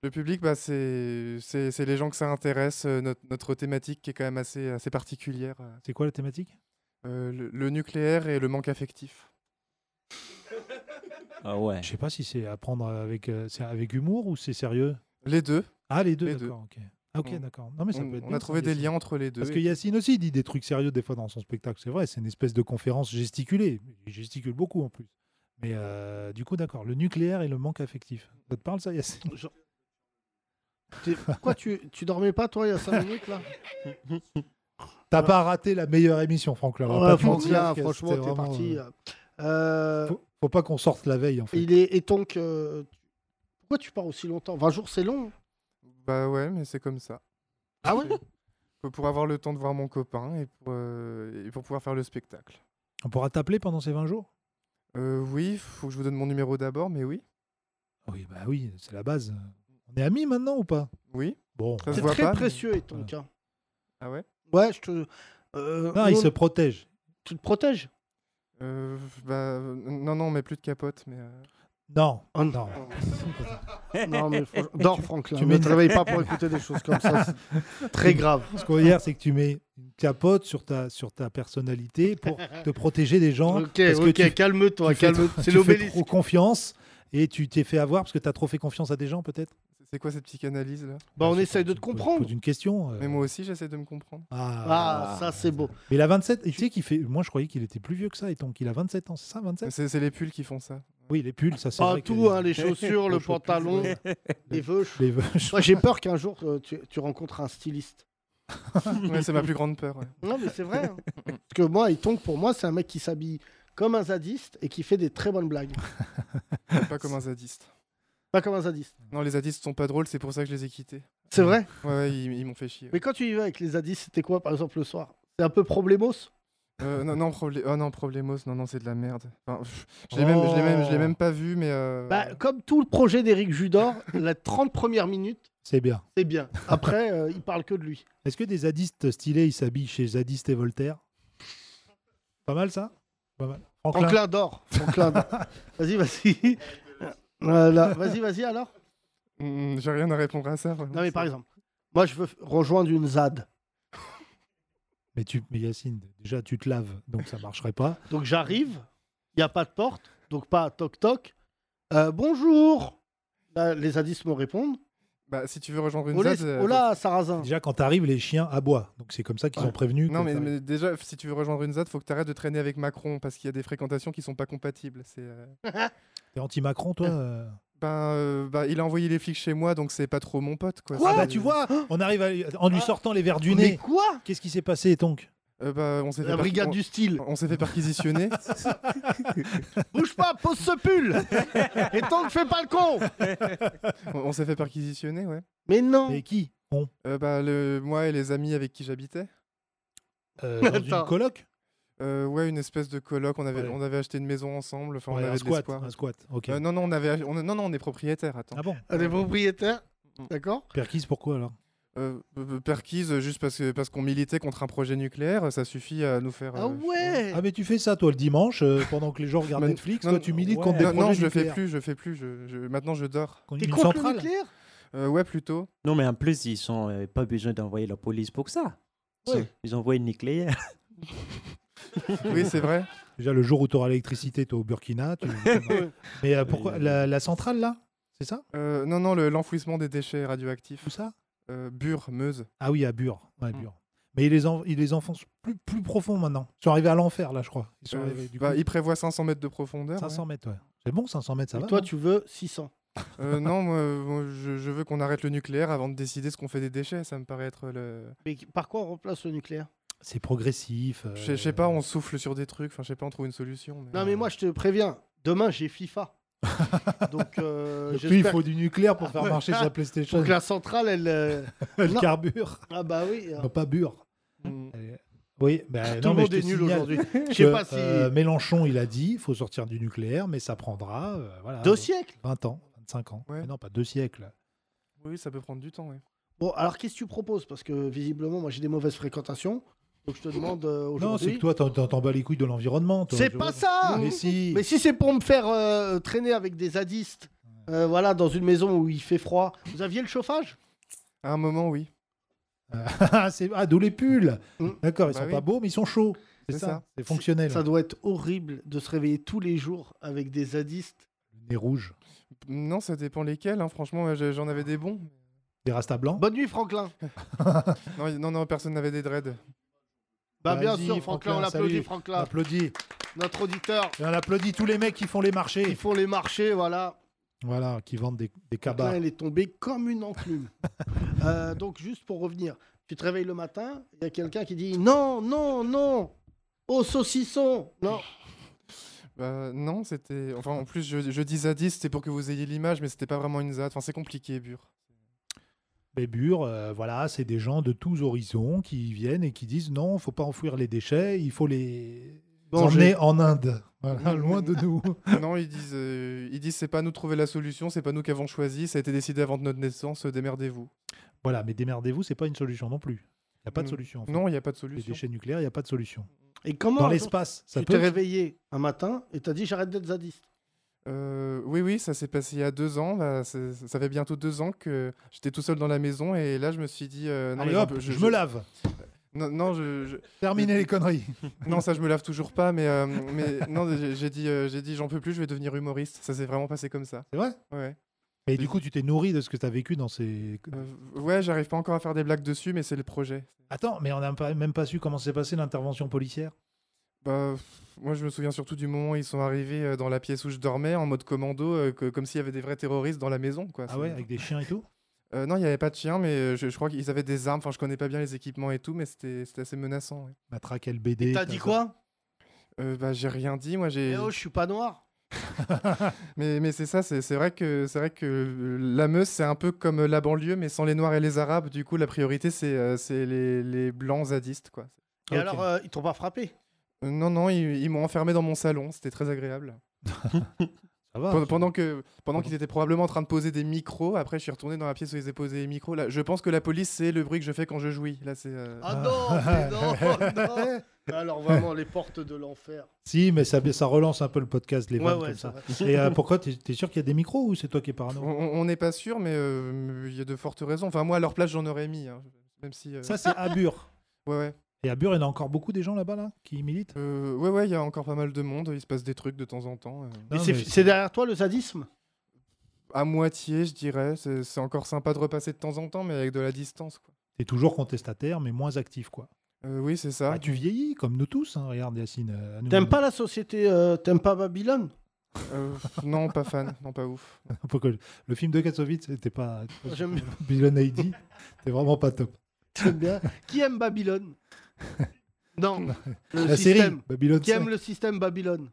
J: le public, bah, c'est... C'est... c'est les gens que ça intéresse. euh, Notre... notre thématique qui est quand même assez, assez particulière. euh,
D: C'est quoi la thématique
J: euh, le... le nucléaire et le manque affectif.
K: Ah ouais.
D: Je sais pas si c'est à prendre avec, euh, c'est avec humour ou c'est sérieux.
J: Les deux.
D: Ah les deux.
J: Les
D: d'accord,
J: deux.
D: ok. Ah, ok,
J: On-
D: d'accord. Non mais ça
J: on-
D: peut être
J: on a
D: bien, ça,
J: trouvé des
D: Yacine.
J: liens entre les deux
D: Parce
J: et
D: que
J: tout.
D: Yacine aussi il dit des trucs sérieux des fois dans son spectacle. C'est vrai, c'est une espèce de conférence gesticulée. Il gesticule beaucoup en plus. Mais euh, du coup, d'accord. Le nucléaire et le manque affectif. Ça te parle ça, Yacine
C: T'es- Pourquoi tu, tu dormais pas, toi, il y a 5 minutes, là
D: T'as pas raté la meilleure émission, Franklin. On va
C: Ouais,
D: pas te mentir,
C: Franklin,
D: que
C: franchement,
D: c'était
C: t'es
D: vraiment,
C: parti.
D: euh,
C: Euh,
D: Faut, faut pas qu'on sorte la veille en fait.
C: il est... Et donc, euh, tu- pourquoi tu pars aussi longtemps 20 jours, c'est long.
J: Bah ouais, mais c'est comme ça.
C: Ah ouais
J: Faut- Pour avoir le temps de voir mon copain et pour, euh, et pour pouvoir faire le spectacle.
D: On pourra t'appeler pendant ces 20 jours
J: Euh, oui, faut que je vous donne mon numéro d'abord, mais oui.
D: Oui, bah oui, c'est la base. On est amis maintenant ou pas
J: Oui.
D: Bon.
J: Ça se
C: C'est
J: voit
C: très
J: pas, mais-
C: précieux, et ton cas.
J: Ah ouais
C: Ouais, je te. euh,
D: Non, il
C: on-
D: se protège.
C: Tu te protèges
J: Euh, bah, non, non, mais plus de capote. Mais, euh,
D: Non. non.
C: Oh, <laughs> Non,
D: <laughs>
C: mais franch- dors, Franklin. Ne
D: mets-
C: te réveille pas pour écouter des choses comme
D: <laughs>
C: ça, c'est très grave.
D: Ce qu'on veut dire, c'est que tu mets une capote sur ta, sur ta personnalité pour te protéger des gens.
C: Ok,
D: parce que
C: ok,
D: tu-
C: calme-toi,
D: tu fais
C: calme-
D: trop-
C: c'est
D: tu fais
C: l'obélisque.
D: trop confiance et tu t'es fait avoir parce que tu as trop fait confiance à des gens, peut-être
J: <laughs>
D: Ah,
J: C'est quoi cette psychanalyse là
C: Bah, on essaye de te comprendre.
D: Pose une question. euh.
J: Mais moi aussi, j'essaie de me comprendre.
C: Ah, ça, c'est beau.
D: Mais il a 27, et tu sais qu'il fait. Moi, je croyais qu'il était plus vieux que ça, et donc il a 27 ans, c'est ça, 27
J: C'est c'est les pulls qui font ça.
D: Oui, les pulls, ça c'est
C: Ah,
D: vrai que-
C: tout, hein, les
J: <laughs>
C: chaussures, le pantalon, les veuches.
D: Les veuches.
C: Moi, j'ai peur qu'un jour, euh, tu, tu rencontres un styliste.
J: <laughs> Ouais, c'est ma plus grande peur. ouais.
C: Non, mais c'est vrai.
J: <laughs>
C: hein. Parce que moi, Itong, pour moi, c'est un mec qui s'habille comme un zadiste et qui fait des très bonnes blagues.
J: <laughs> Pas comme un zadiste.
C: hein. Pas comme un zadiste.
J: Non, les zadistes sont pas drôles, c'est pour ça que je les ai quittés.
C: C'est vrai
J: <laughs> Ouais, ouais, ils, ils m'ont fait chier.
C: Mais quand tu y vas avec les zadistes, c'était quoi, par exemple, le soir C'est un peu problémos
J: Euh, non, non, Problé- oh, non, Problemos, non, non, c'est de la merde. Enfin, pff, je l'ai même, je l'ai même, je l'ai même pas vu, mais. euh,
C: Oh. Bah, Comme tout le projet d'Éric Judor, la 30 premières minutes,
D: C'est bien.
C: c'est bien. Après, euh, il parle que de lui.
D: Est-ce que des zadistes stylés, ils s'habillent chez Zadiste et Voltaire Pas mal ça Pas mal.
C: Franklin
D: <laughs>
C: d'or.
J: <laughs>
C: Franklin d'or. vas-y, vas-y. <laughs> Voilà. Vas-y, vas-y, alors.
J: mm, J'ai rien à répondre à ça. vraiment.
C: Non, mais par exemple, moi, je veux f- rejoindre une ZAD.
D: Mais, tu, mais Yacine, déjà tu te laves, donc ça marcherait pas.
C: Donc, j'arrive, il n'y a pas de porte, donc pas toc-toc. Euh, bonjour. Là, les zadistes me répondent.
J: Bah, si tu veux rejoindre une
C: Olé,
J: ZAD. euh,
C: Ola, Sarrazin.
D: Déjà, quand t'arrives, les chiens aboient. Donc c'est comme ça qu'ils ont prévenu.
J: Non,
D: que
J: mais,
D: t'arrives.
J: mais déjà, f- si tu veux rejoindre une ZAD, faut que tu arrêtes de traîner avec Macron parce qu'il y a des fréquentations qui sont pas compatibles.
D: <laughs>
J: C'est. euh,
D: T'es anti-Macron, toi euh
J: Ben, euh, bah, il a envoyé les flics chez moi, donc c'est pas trop mon pote, quoi.
D: Ah
J: C'est-
D: bah tu vois, on arrive à- en lui sortant les verres du
J: Mais
D: nez.
C: Ah. quoi
D: Qu'est-ce qui s'est passé, donc
J: Euh, bah, on s'est
D: La
J: fait perqui-
D: brigade
J: on-
D: du
C: style.
J: On s'est
C: <laughs>
J: fait perquisitionner.
C: Bouge pas, pose ce pull.
D: <laughs>
C: Et tant que fais pas le con.
J: on on s'est fait perquisitionner, ouais.
C: Mais non.
D: Mais qui On.
J: Euh, bah, le... moi et les amis avec qui j'habitais.
C: <laughs>
D: dans Attends. une coloc
J: Euh, ouais, une espèce de coloc. On avait,
D: Ouais.
J: on avait acheté une maison ensemble. Enfin,
D: Ouais,
J: on
D: un
J: avait de
D: squat,
J: l'espoir.
D: un squat, ok.
J: Euh, non, non, on avait, on- non, non, on est propriétaire. Attends. Mm.
D: Ah bon
C: On est propriétaire. D'accord
D: Perquise, pourquoi alors
J: euh, euh, perquise euh, juste parce que parce qu'on militait contre un projet nucléaire, ça suffit à nous faire. euh,
C: ouais
D: Ah mais tu fais ça toi le dimanche euh, pendant que les gens regardent
J: Man-
D: Netflix,
J: <laughs> non,
D: toi tu milites
J: ouais.
D: contre des
J: non,
D: projets
J: non, je le fais
D: nucléaires.
J: plus, je fais plus. Je, je- maintenant, je dors.
D: Une contre le centrale
C: nucléaire
J: Euh, Ouais, plutôt.
K: Non, mais en plus, ils sont euh, pas besoin d'envoyer la police pour ça. Ils
J: Ouais.
K: ont- Ils envoient une nucléaire.
J: <laughs> Oui, c'est vrai.
D: Déjà le jour où tu auras l'électricité, toi au Burkina. tu- mais euh, pourquoi la, la centrale là C'est ça
J: Euh, non, non, le- l'enfouissement des déchets radioactifs. Euh,
D: Tout ça
J: Bure, Meuse. Mm.
D: Ah oui, à Bure. Ouais, Bure. Mais ils les, en- ils les enfoncent plus, plus profond maintenant. Ils sont arrivés à l'enfer là, je crois. Ils sont
J: Euh,
D: arrivés, du
J: bah,
D: coup.
J: il prévoit 500 mètres de profondeur.
D: 500 mètres, ouais. C'est bon 500 mètres, ça
C: Et
D: va
C: toi,
D: non
C: tu veux 600. <laughs>
J: Euh, non, moi, moi, je, je veux qu'on arrête le nucléaire avant de décider ce qu'on fait des déchets. Ça me paraît être le.
C: Mais par quoi on remplace le nucléaire
D: C'est progressif. euh,
J: Je sais- je sais pas, on souffle sur des trucs. Enfin, je sais pas, on trouve une solution. mais-
C: Non, mais moi, je te préviens, demain, j'ai
D: <laughs>
C: FIFA. Donc, euh,
D: Donc, lui, il
C: j'espère
D: faut
C: que-
D: du nucléaire pour
C: Ah
D: faire
C: ouais. <laughs>
D: marcher sa PlayStation.
C: Pour que la centrale, elle. euh,
D: <laughs> Elle
C: non.
D: carbure.
C: Ah, bah oui. euh,
D: Non, pas Bure. Allez. Oui, bah,
C: Ah, Tout
D: non,
C: le
D: mais
C: monde
D: je te
C: est nul
D: signale
C: aujourd'hui. Je sais
D: que,
C: pas si-
D: euh, Mélenchon, il a dit, il faut sortir du nucléaire, mais ça prendra euh, voilà,
C: Deux
D: euh,
C: siècles
D: 20 ans, 25 ans. Mais non, pas deux siècles.
J: Oui, ça peut prendre du temps, ouais.
C: Bon, alors qu'est-ce que tu proposes Parce que visiblement, moi j'ai des mauvaises fréquentations. Donc je te demande euh,
D: Non, c'est
C: aujourd'hui.
D: que toi, t'en- t'en t'en bats les couilles de l'environnement. toi,
C: C'est
D: je
C: pas
D: vois.
C: ça
D: Mais si
C: Mais si c'est pour me faire euh, traîner avec des zadistes, euh, voilà, dans une maison où il fait froid. Vous aviez le chauffage
J: À un moment, oui.
D: Ah, <laughs> c'est- ah, d'où les pulls D'accord, ils
C: Bah
D: sont
C: oui.
D: pas beaux, mais ils sont chauds. C'est ça, c'est fonctionnel.
C: Ça doit être horrible de se réveiller tous les jours avec des zadistes.
D: Des rouges,
J: Non, ça dépend lesquels. hein. Franchement, moi, j'ai- j'en avais des bons.
D: des rastas blancs.
C: Bonne nuit, Franklin.
J: <laughs> non, y- non, non, personne n'avait des dreads.
C: Bah, bien
D: Vas-y,
C: sûr, Franklin, on l'applaudit,
D: salut. On
C: Franklin.
D: l'applaudit.
C: Notre auditeur.
D: Et on applaudit tous les mecs qui font les marchés. Qui
C: font les marchés, voilà.
D: Voilà, qui vendent des, des cabas.
C: Franklin, il est tombé comme une
D: <laughs>
C: enclume. Euh, donc, juste pour revenir, tu te réveilles le matin, il y a quelqu'un qui dit non, non, non, au saucisson, non.
J: Bah, non, c'était. Enfin, en plus, je, je dis zadiste, c'était pour que vous ayez l'image, mais c'était pas vraiment une zad. Enfin, c'est compliqué, Bure.
D: Les bures, euh, voilà, c'est des gens de tous horizons qui viennent et qui disent non, faut pas enfouir les déchets, il faut les
J: Manger.
D: emmener en Inde, Voilà, <laughs>
C: Mmh,
D: loin de nous.
J: <laughs> non, ils disent, euh, ils disent c'est pas nous de trouver la solution, c'est pas nous qui avons choisi, ça a été décidé avant de notre naissance, euh, démerdez-vous.
D: Voilà, mais démerdez-vous, c'est pas une solution non plus. Il n'y a pas de
C: Mmh.
J: Mm.
D: solution.
J: Non, il n'y a pas de
D: Les
J: solution.
D: déchets nucléaires, il n'y a pas de solution.
C: Et comment
D: Dans l'espace, ça
C: tu
D: peut.
C: t'es réveillé un matin et t'as dit j'arrête d'être zadiste.
J: Euh, oui, oui, ça s'est passé il y a deux ans. là, c'est- ça fait bientôt deux ans que j'étais tout seul dans la maison et là, je me suis dit. euh, non,
D: Allez
J: mais
D: hop,
J: peux-
D: je me lave.
J: Non, non, je. je-
D: Terminez les conneries.
J: <laughs> non, ça, je me lave toujours pas, mais, euh, mais non, j'ai j'ai dit, euh, j'ai dit, j'en peux plus, je vais devenir humoriste. Ça s'est vraiment passé comme ça.
D: C'est vrai
J: Ouais.
D: Et du coup, tu t'es nourri de ce que tu as vécu dans ces.
J: Euh, ouais, j'arrive pas encore à faire des blagues dessus, mais c'est le projet.
D: Attends, mais on n'a pas- même pas su comment s'est passée l'intervention policière.
J: Bah, pff, moi, je me souviens surtout du moment où ils sont arrivés euh, dans la pièce où je dormais en mode commando, euh, que- comme s'il y avait des vrais terroristes dans la maison. Quoi.
D: Ah ouais, avec des chiens et tout
J: Euh, Non, il n'y avait pas de chien, mais euh, je, je crois qu'ils avaient des armes. Enfin, je connais pas bien les équipements et tout, mais c'était c'était assez menaçant. ouais.
D: Matraque LBD.
J: Euh, Bah, j'ai rien dit. Moi, j'ai.
C: Eh oh, je suis pas noir.
J: <laughs> mais mais c'est ça, c'est c'est vrai que c'est vrai que euh, la Meuse, c'est un peu comme euh, la banlieue, mais sans les Noirs et les Arabes. Du coup, la priorité, c'est euh, c'est les, les blancs zadistes, quoi.
C: Et alors, euh, ils t'ont pas frappé
J: Euh, Non, non, ils, ils m'ont enfermé dans mon salon, c'était très
D: <laughs>
J: agréable.
D: va,
J: Pendant, pendant que, pendant qu'ils étaient probablement en train de poser des micros, après je suis retourné dans la pièce où ils ont posé les micros. Là, je pense que la police, c'est le bruit que je fais quand je jouis. Là, c'est. euh,
C: Ah
D: <laughs>
C: non, mais non,
J: <laughs>
C: non. Alors vraiment, les portes de l'enfer.
D: Si, mais ça, ça relance un peu le podcast, les
J: Ouais,
D: vannes
J: ouais,
D: comme ça.
J: c'est vrai.
D: Et euh, pourquoi T'es t'es sûr qu'il y a des micros ou c'est toi qui es parano
J: On- On on n'est pas sûr, mais euh, il y a de fortes raisons. Enfin, moi, à leur place, j'en aurais mis. hein, même si, euh,
D: Ça,
J: <laughs>
D: c'est à Bure.
J: Ouais, ouais.
D: Et à Bure, il y en a encore beaucoup des gens là-bas là, qui militent
J: Euh, ouais, ouais, il y a encore pas mal de monde. Il se passe des trucs de temps en temps. euh.
C: Mais c'est- c'est derrière toi le sadisme
J: À moitié, je dirais. C'est c'est encore sympa de repasser de temps en temps, mais avec de la distance. Quoi.
D: T'es toujours contestataire, mais moins actif, quoi.
J: Euh, oui, c'est ça.
D: Ah, tu vieillis, comme nous tous, hein. regarde Yacine. euh, à nous- <laughs>
C: T'aimes pas la société, euh, t'aimes pas Babylone
J: Euh, non, pas fan. Non, pas ouf.
D: Faut que- Le film de Katsovitz, c'était pas.
C: J'aime bien.
D: <laughs> Bill and Heidi, c'était vraiment pas top.
C: J'aime bien. Qui aime Babylone Non. Le
D: <laughs> La série, Babylone
C: Qui aime
D: 5.
C: le système Babylone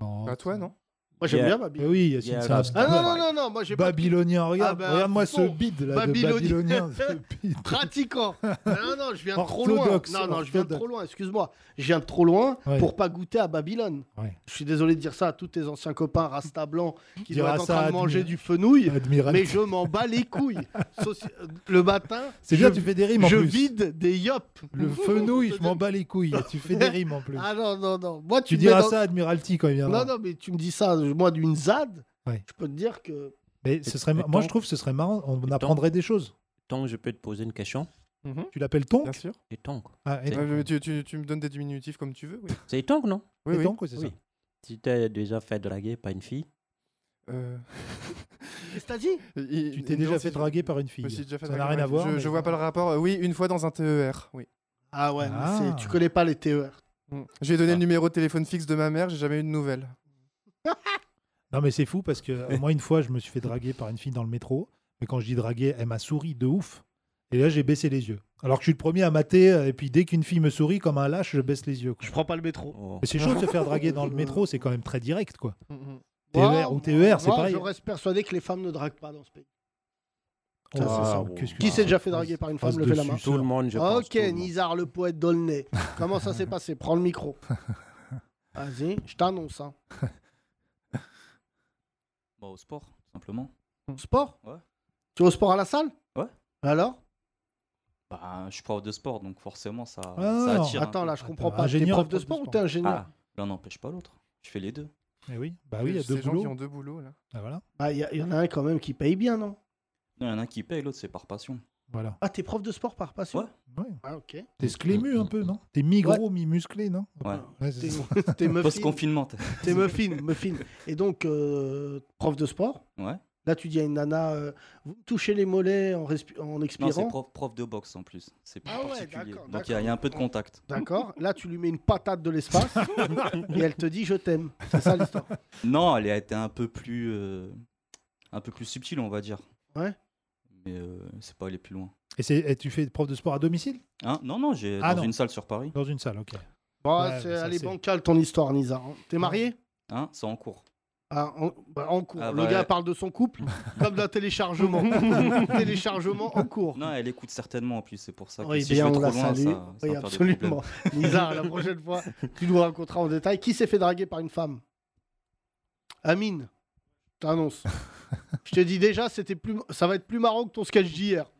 D: Non.
J: Bah, toi, non
C: Moi j'aime
D: Yeah.
C: bien Babylone.
D: Eh oui, Yacine, c'est un
C: Ah non, non, non, non, moi j'ai pas-
D: Babylonien, regarde,
C: Ah bah,
D: regarde-moi ce
C: faux.
D: bide là,
C: Babylonien.
D: de Babylonien.
C: <laughs>
D: <laughs>
C: Pratiquant. Non, non, je viens de trop loin.
D: Orthodoxe,
C: Non, non, je viens de
D: orthodoxe.
C: trop loin, excuse-moi. Je viens de trop loin
D: Ouais.
C: pour pas goûter à Babylone.
D: Ouais.
C: Je suis désolé de dire ça à tous tes anciens copains rasta blancs qui
D: Dire
C: doivent
D: à
C: être en
D: ça,
C: train de
D: admi-
C: manger du fenouil,
D: admiral.
C: mais je m'en bats les couilles.
D: <laughs>
C: Sauci- euh, Le matin,
D: C'est bien,
C: je-
D: tu fais des rimes en
C: je
D: plus.
C: vide des yops.
D: Le fenouil, je m'en bats les couilles. Tu fais des rimes en plus.
C: Ah non, non, non. Moi, tu,
D: tu
C: me mets
D: diras
C: dans-
D: ça à Admiralty quand il viendra.
C: Non, non, mais tu me dis ça, moi, d'une ZAD,
D: Ouais.
C: je peux te dire que.
D: Mais ce serait,
K: et
D: moi,
K: ton-
D: je trouve que ce serait marrant. On apprendrait des choses.
K: Tonk, je peux te poser une question
D: Tu l'appelles Tonk
J: Mm-hmm. Bien sûr.
K: Et Tonk.
D: Ah, et
K: C'est-
J: Euh, tu, tu- tu me donnes des diminutifs comme tu veux. Oui.
K: C'est Tonk, non
J: Oui, oui.
D: Tonk, c'est ça.
K: Tu t'es déjà fait draguer par une
J: <laughs>
K: fille
J: Euh,
C: Qu'est-ce que t'as dit
D: Tu t'es déjà fait draguer par une fille.
J: Je me suis déjà fait
D: Ça n'a
J: draguer
D: rien à
J: par une
D: voir.
J: fille. Je,
D: mais-
J: je vois pas le rapport. Euh, Oui, une fois dans un TER. Oui.
C: Ah ouais, mais
D: Ah.
C: c'est- tu connais pas les E TER.
J: Je lui ai donné le numéro de téléphone fixe de ma mère. J'ai jamais eu de nouvelles.
D: Non, mais c'est fou parce que <laughs> euh, moi, une fois, je me suis fait draguer par une fille dans le métro. Mais quand je dis draguer, elle m'a souri de ouf. Et là, j'ai baissé les yeux. Alors que je suis le premier à mater. euh, Et puis, dès qu'une fille me sourit comme un lâche, je baisse les yeux. quoi.
C: Je prends pas le métro.
D: Mais c'est chaud de se faire
C: <laughs>
D: draguer dans le métro. C'est quand même très direct, quoi.
C: Mm,
J: Mhm.
D: TER ou TER, c'est
C: moi,
D: pareil.
C: Je reste persuadé que les femmes ne draguent pas dans ce pays.
D: Ah, c'est ça.
K: bon.
D: Qu'est-ce que-
C: Qui s'est déjà fait draguer par une femme
D: passe
C: Levez la
D: dessus,
C: main.
D: Tout le monde, je pense,
C: Ok,
D: tout le monde.
C: Nizar, le poète
D: <laughs>
C: d'Aulnay. Comment ça s'est passé Prends le micro. Vas-y, je t'annonce.
D: <laughs>
C: hein.
L: Bah, au sport, tout simplement.
C: Sport
L: Ouais.
C: Tu vas au sport à la salle
L: Ouais.
C: Alors
L: Bah, je suis prof de sport, donc forcément, ça,
C: Ah,
L: ça
C: non,
L: attire.
C: attends, là, je comprends pas. T'es prof de sport ou t'es ingénieur
L: Ah, L'un n'empêche pas l'autre. Je fais les deux.
D: Mais oui, bah
L: oui, il y a
J: Ces
L: deux
J: gens qui
L: boulots.
J: ont deux
C: <laughs>
J: boulots là.
D: Ah voilà.
C: Bah, il y, a- il y en a un quand même qui paye bien, non
L: Non, il y en a un qui paye, l'autre, c'est par passion.
D: Voilà.
C: Ah, t'es prof de sport par passion
D: Ouais.
C: Ah, ok.
D: T'es sclému un peu, non T'es mi-gros, mi-musclé, non
L: Ouais.
D: Ouais, c'est
C: T'es-
D: ça.
C: <laughs> T'es muffin.
L: Post-confinement, t'es-
C: T'es muffin, muffin. Et donc, euh, prof de sport
L: Ouais.
C: Là, tu dis à une nana, euh, vous me touchez les mollets en, respi- en
L: Non, c'est
C: expirant.
L: prof, prof de boxe en plus. C'est plus
C: Ah ouais,
L: particulier.
C: d'accord,
L: donc il y, a- il y a un peu de contact.
C: D'accord. Là, tu lui mets une patate de l'espace et elle te dit, je t'aime. C'est ça l'histoire.
D: <laughs>
L: Non, elle a été un peu plus, euh, un peu plus subtile, on va dire.
C: Ouais.
L: Mais euh, c'est pas aller plus loin.
D: Et, c'est- et tu fais prof de sport à domicile
L: Hein non, non, j'ai
D: Ah,
L: dans
D: non.
L: une salle sur Paris.
D: Dans une salle, ok.
C: Bon,
D: Ouais,
C: Bah, c'est-
D: mais ça,
C: elle est
D: c'est-
C: bancale ton histoire, Nisa. hein. T'es marié
L: Hein, c'est en cours.
C: Ah, en, bah, en cours.
L: Ah,
C: Le
L: bah,
C: gars
L: elle-
C: parle de son couple comme
L: <laughs>
C: d'un téléchargement. <laughs> téléchargement en cours.
L: Non, elle écoute certainement en plus, c'est pour ça que
C: Oui,
L: si
C: bien,
L: je vais
C: on
L: trop
C: la
L: loin, ça,
C: salue.
L: ça va
C: oui,
L: faire des
C: absolument. <laughs>
L: problèmes.
C: Nizar, la
L: <laughs>
C: prochaine fois, tu nous raconteras en détail qui s'est fait draguer par une femme. Amine, t'annonce. Je te dis déjà, c'était plus, ça va être plus marrant que ton sketch d'hier.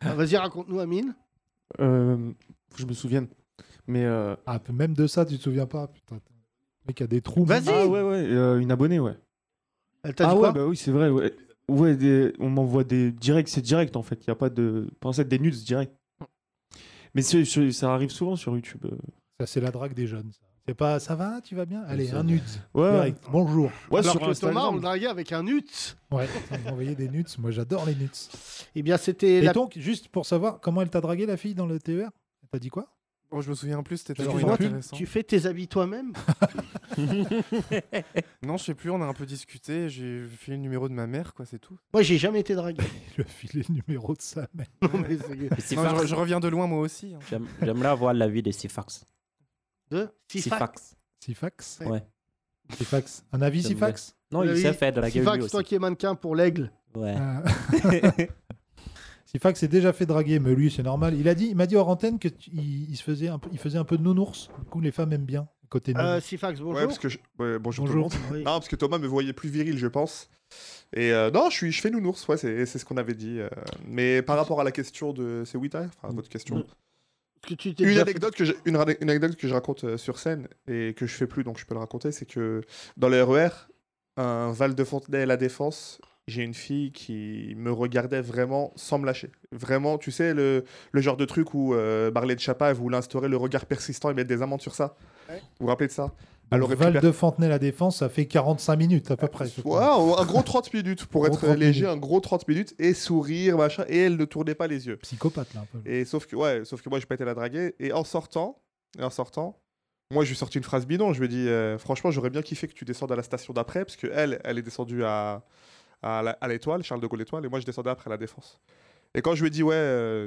C: Ah, Vas-y, raconte-nous, Amine.
G: Euh, faut que je me souvienne. Mais euh,
D: Ah, même de ça, tu te souviens pas Putain, le mec a des trous.
G: Ah ouais, ouais, euh, une abonnée, ouais.
C: Elle
D: t'a dit
G: ah
D: quoi
G: ouais, bah oui, c'est vrai, ouais. Ouais, des- on m'envoie des directs, c'est direct en fait. Il n'y a pas de. Pour ça, des nudes direct. Mais c'est- c'est- ça arrive souvent sur YouTube. euh.
D: Ça, c'est la drague des jeunes. ça. C'est pas ça va, tu vas bien Allez,
G: ça-
D: un nude.
G: Ouais.
D: Direct. Bonjour.
G: Ouais,
C: Alors
G: sur
C: que
G: Instagram.
C: Thomas, on le draguait avec un nut.
D: Ouais, ils m'ont envoyé des nudes. Moi, j'adore les nudes.
C: Eh bien, c'était.
D: Et
C: la-
D: donc, juste pour savoir, comment elle t'a dragué, la fille, dans le TER Elle t'a dit quoi
J: Bon, Oh, je me souviens plus, c'était
D: Excuse-moi,
J: tellement
D: tu-
J: intéressant.
C: Tu fais tes habits toi-même
J: non, je sais plus, on a un peu discuté, j'ai fait le numéro de ma mère, quoi, c'est tout.
C: Moi, j'ai jamais été dragué.
D: <laughs> Il lui a filé le numéro de sa mère.
C: Non, mais c'est-
K: c'est
J: Non,
K: pas-
J: je, je reviens de loin, moi aussi. hein.
K: J'aime- J'aimerais avoir l'avis de Sifax.
C: De
K: Sifax.
D: Sifax
K: <laughs> Ouais.
D: Sifax. Un avis,
K: J'aimerais-
D: Sifax
K: Non, il
C: Ah Oui.
K: sait faire draguer
C: Sifax,
K: lui aussi.
C: toi qui es mannequin pour l'aigle.
K: Ouais. <laughs>
D: Ah. Sifax s'est déjà fait draguer, mais lui, c'est normal. Il a dit, il m'a dit hors antenne que tu- il, il se faisait un peu, il faisait un peu de nounours. Du coup, les femmes aiment bien le côté nounours.
C: Euh, Sifax, bonjour.
N: Ouais, parce que je- ouais, bonjour,
D: Bonjour.
N: tout le monde.
C: Oui.
N: Non, parce que Thomas me voyait plus viril, je pense. Et euh, non, je, suis, je fais nounours, ouais, c'est c'est ce qu'on avait dit. euh, mais par rapport à la question de. C'est Wita Enfin, votre
D: Mm.
N: question.
C: Parce que tu t'es
N: Une
C: déjà
N: anecdote, que je, une, ra- une anecdote que je raconte euh, sur scène et que je fais plus, donc je peux le raconter, c'est que dans le RER, un Val de Fontenay à la Défense, j'ai une fille qui me regardait vraiment sans me lâcher. Vraiment, tu sais, le, le genre de truc où euh, Barlet de Chapa elle voulait instaurer le regard persistant et mettre des amendes sur ça. Vous vous rappelez de ça Elle aurait pu
D: Val
N: per-
D: de Fontenay la défense, ça fait 45 minutes à peu près. je
N: Ouais,
D: crois.
N: un gros 30 minutes pour
D: Gros
N: être
D: 30
N: léger,
D: minutes.
N: un gros 30 minutes et sourire, machin. Et elle ne tournait pas les yeux.
D: Psychopathe là un peu.
N: Et sauf que, ouais, sauf que moi, j'ai pas été la draguer. Et en sortant, et en sortant, moi, je lui ai sorti une phrase bidon. Je lui ai dit, euh, franchement, j'aurais bien kiffé que tu descendes à la station d'après, parce que elle, elle est descendue à, à la- à l'étoile, Charles de Gaulle étoile, et moi, je descendais après à la défense. Et quand je lui ai dit, ouais, euh,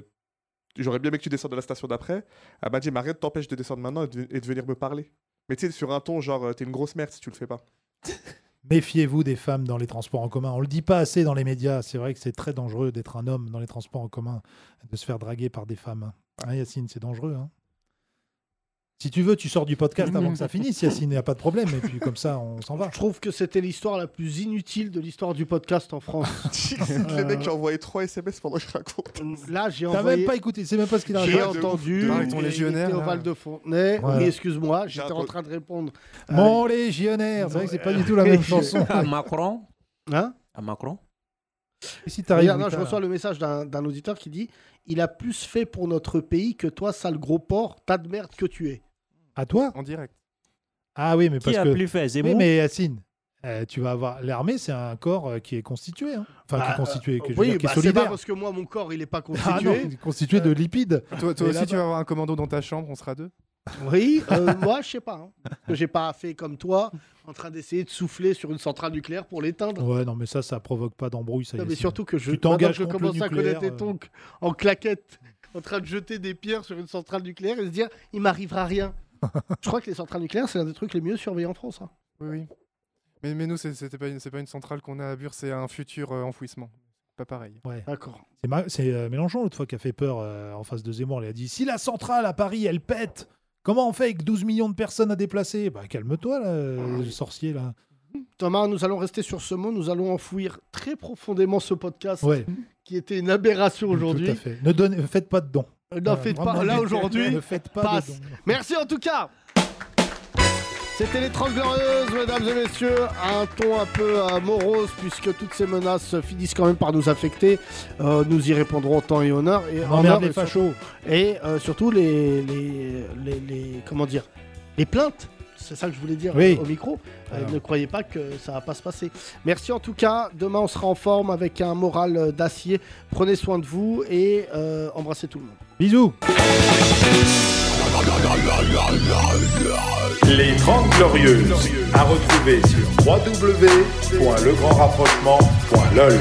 N: j'aurais bien aimé que tu descendes à la station d'après, elle m'a dit, mais rien ne t'empêche de descendre maintenant et de, et de venir me parler. Mais tu sais, sur un ton genre, euh, t'es une grosse merde si tu le fais pas.
D: Méfiez-vous des femmes dans les transports en commun. On le dit pas assez dans les médias. C'est vrai que c'est très dangereux d'être un homme dans les transports en commun, de se faire draguer par des femmes. Hein, Yacine, c'est dangereux. hein. si tu veux, tu sors du podcast avant que ça finisse, Yacine. Il n'y a pas de problème. Et puis comme ça, on s'en va.
C: Je trouve que c'était l'histoire la plus inutile de l'histoire du podcast en France. Euh,
N: Les mecs, j'ai envoyé 3 SMS pendant que je raconte.
C: Là, j'ai
D: T'as
C: envoyé.
D: même pas écouté, c'est même pas ce qu'il a
C: J'ai
D: raconté.
C: entendu.
D: Avec ton
C: mais
D: légionnaire,
C: j'étais au
D: là.
C: Val de Fontenay.
D: Voilà.
C: Oui, excuse-moi,
D: J'ai
C: j'étais en
D: entendu-
C: train de répondre.
J: Ah
C: Euh, à-
D: Mon légionnaire, c'est vrai que c'est pas du tout
K: <laughs>
C: <laughs>
D: la même chanson.
K: Euh, À Macron
C: Hein
K: À Macron
D: Et si t'arrives,
C: Regarde, non,
D: Wita,
C: je reçois le message d'un d'un auditeur qui dit Il a plus fait pour notre pays que toi, sale gros porc, tas de merde que tu es.
D: À toi
J: En direct.
D: Ah oui, mais
K: Qui
D: parce
K: a
D: que.
K: plus fait, Zemmour
D: Oui, mais Yacine, euh, tu vas avoir. L'armée, c'est un corps euh, qui est constitué. hein. Enfin, qui
C: Bah,
D: est constitué, que je veux
C: oui,
D: dire, qui
C: bah,
D: est
C: c'est pas
D: solidaire.
C: parce que moi, mon corps, il est pas
D: Ah non,
C: constitué.
D: il est constitué
C: Euh,
D: de lipides.
J: Toi, toi
D: Et
J: aussi, tu
D: là-bas-
J: vas avoir un commando dans ta chambre, on sera deux. <laughs>
C: Oui, euh, <laughs> moi, je sais pas. hein. Parce que j'ai pas fait comme toi, en train d'essayer de souffler sur une centrale nucléaire pour l'éteindre.
D: Ouais, non, mais ça, ça provoque pas d'embrouille. Oh, ça,
C: Non, mais
D: Yacine.
C: surtout que je,
D: Tu
C: maintenant que
D: t'engages
C: je
D: contre le
C: commence à
D: nucléaire.
C: connaître les
D: euh,
C: tonks en claquette, en train de jeter des pierres sur une centrale nucléaire et se dire il m'arrivera
D: <laughs>
C: rien. je crois que les centrales nucléaires, c'est l'un des trucs les mieux surveillés en France. hein.
J: Oui, oui. Mais, mais nous, c'est c'était pas, une- c'est pas une centrale qu'on a à Bure, c'est un futur euh, enfouissement. Pas pareil.
D: Ouais.
C: D'accord.
D: C'est Mar- C'est euh, Mélenchon l'autre fois qui a fait peur euh, en face de Zemmour. Il a dit si la centrale à Paris elle pète, comment on fait avec 12 millions de personnes à déplacer Bah calme-toi là, euh, sorcier là.
C: Thomas, nous allons rester sur ce mot. Nous allons enfouir très profondément ce podcast
D: Ouais.
C: qui était une aberration
D: Tout à
C: aujourd'hui.
D: fait. Ne donnez- faites pas de dons.
C: Euh, N'en
D: Voilà,
C: faites
D: vraiment,
C: pas. Là
D: ne-
C: aujourd'hui,
D: ne faites pas de
C: passe.
D: dons.
C: Merci en tout cas. C'était les 30 glorieuses, mesdames et messieurs. Un ton un peu euh, morose, puisque toutes ces menaces finissent quand même par nous affecter. Euh, nous y répondrons en temps et en heure. Et
D: On
C: en
D: emmerde
C: heure,
D: les
C: et
D: fachos.
C: surtout- Et euh, surtout, les, les, les- les- Comment dire Les plaintes. C'est ça que je voulais dire
D: Oui.
C: euh, au micro. Euh,
D: Alors.
C: ne croyez pas que ça va pas se passer. Merci en tout cas. Demain, on sera en forme avec un moral euh, d'acier. Prenez soin de vous et euh, embrassez tout le monde.
D: Bisous.
E: Les 30 Glorieuses. À retrouver sur www.legrandrapprochement.lol.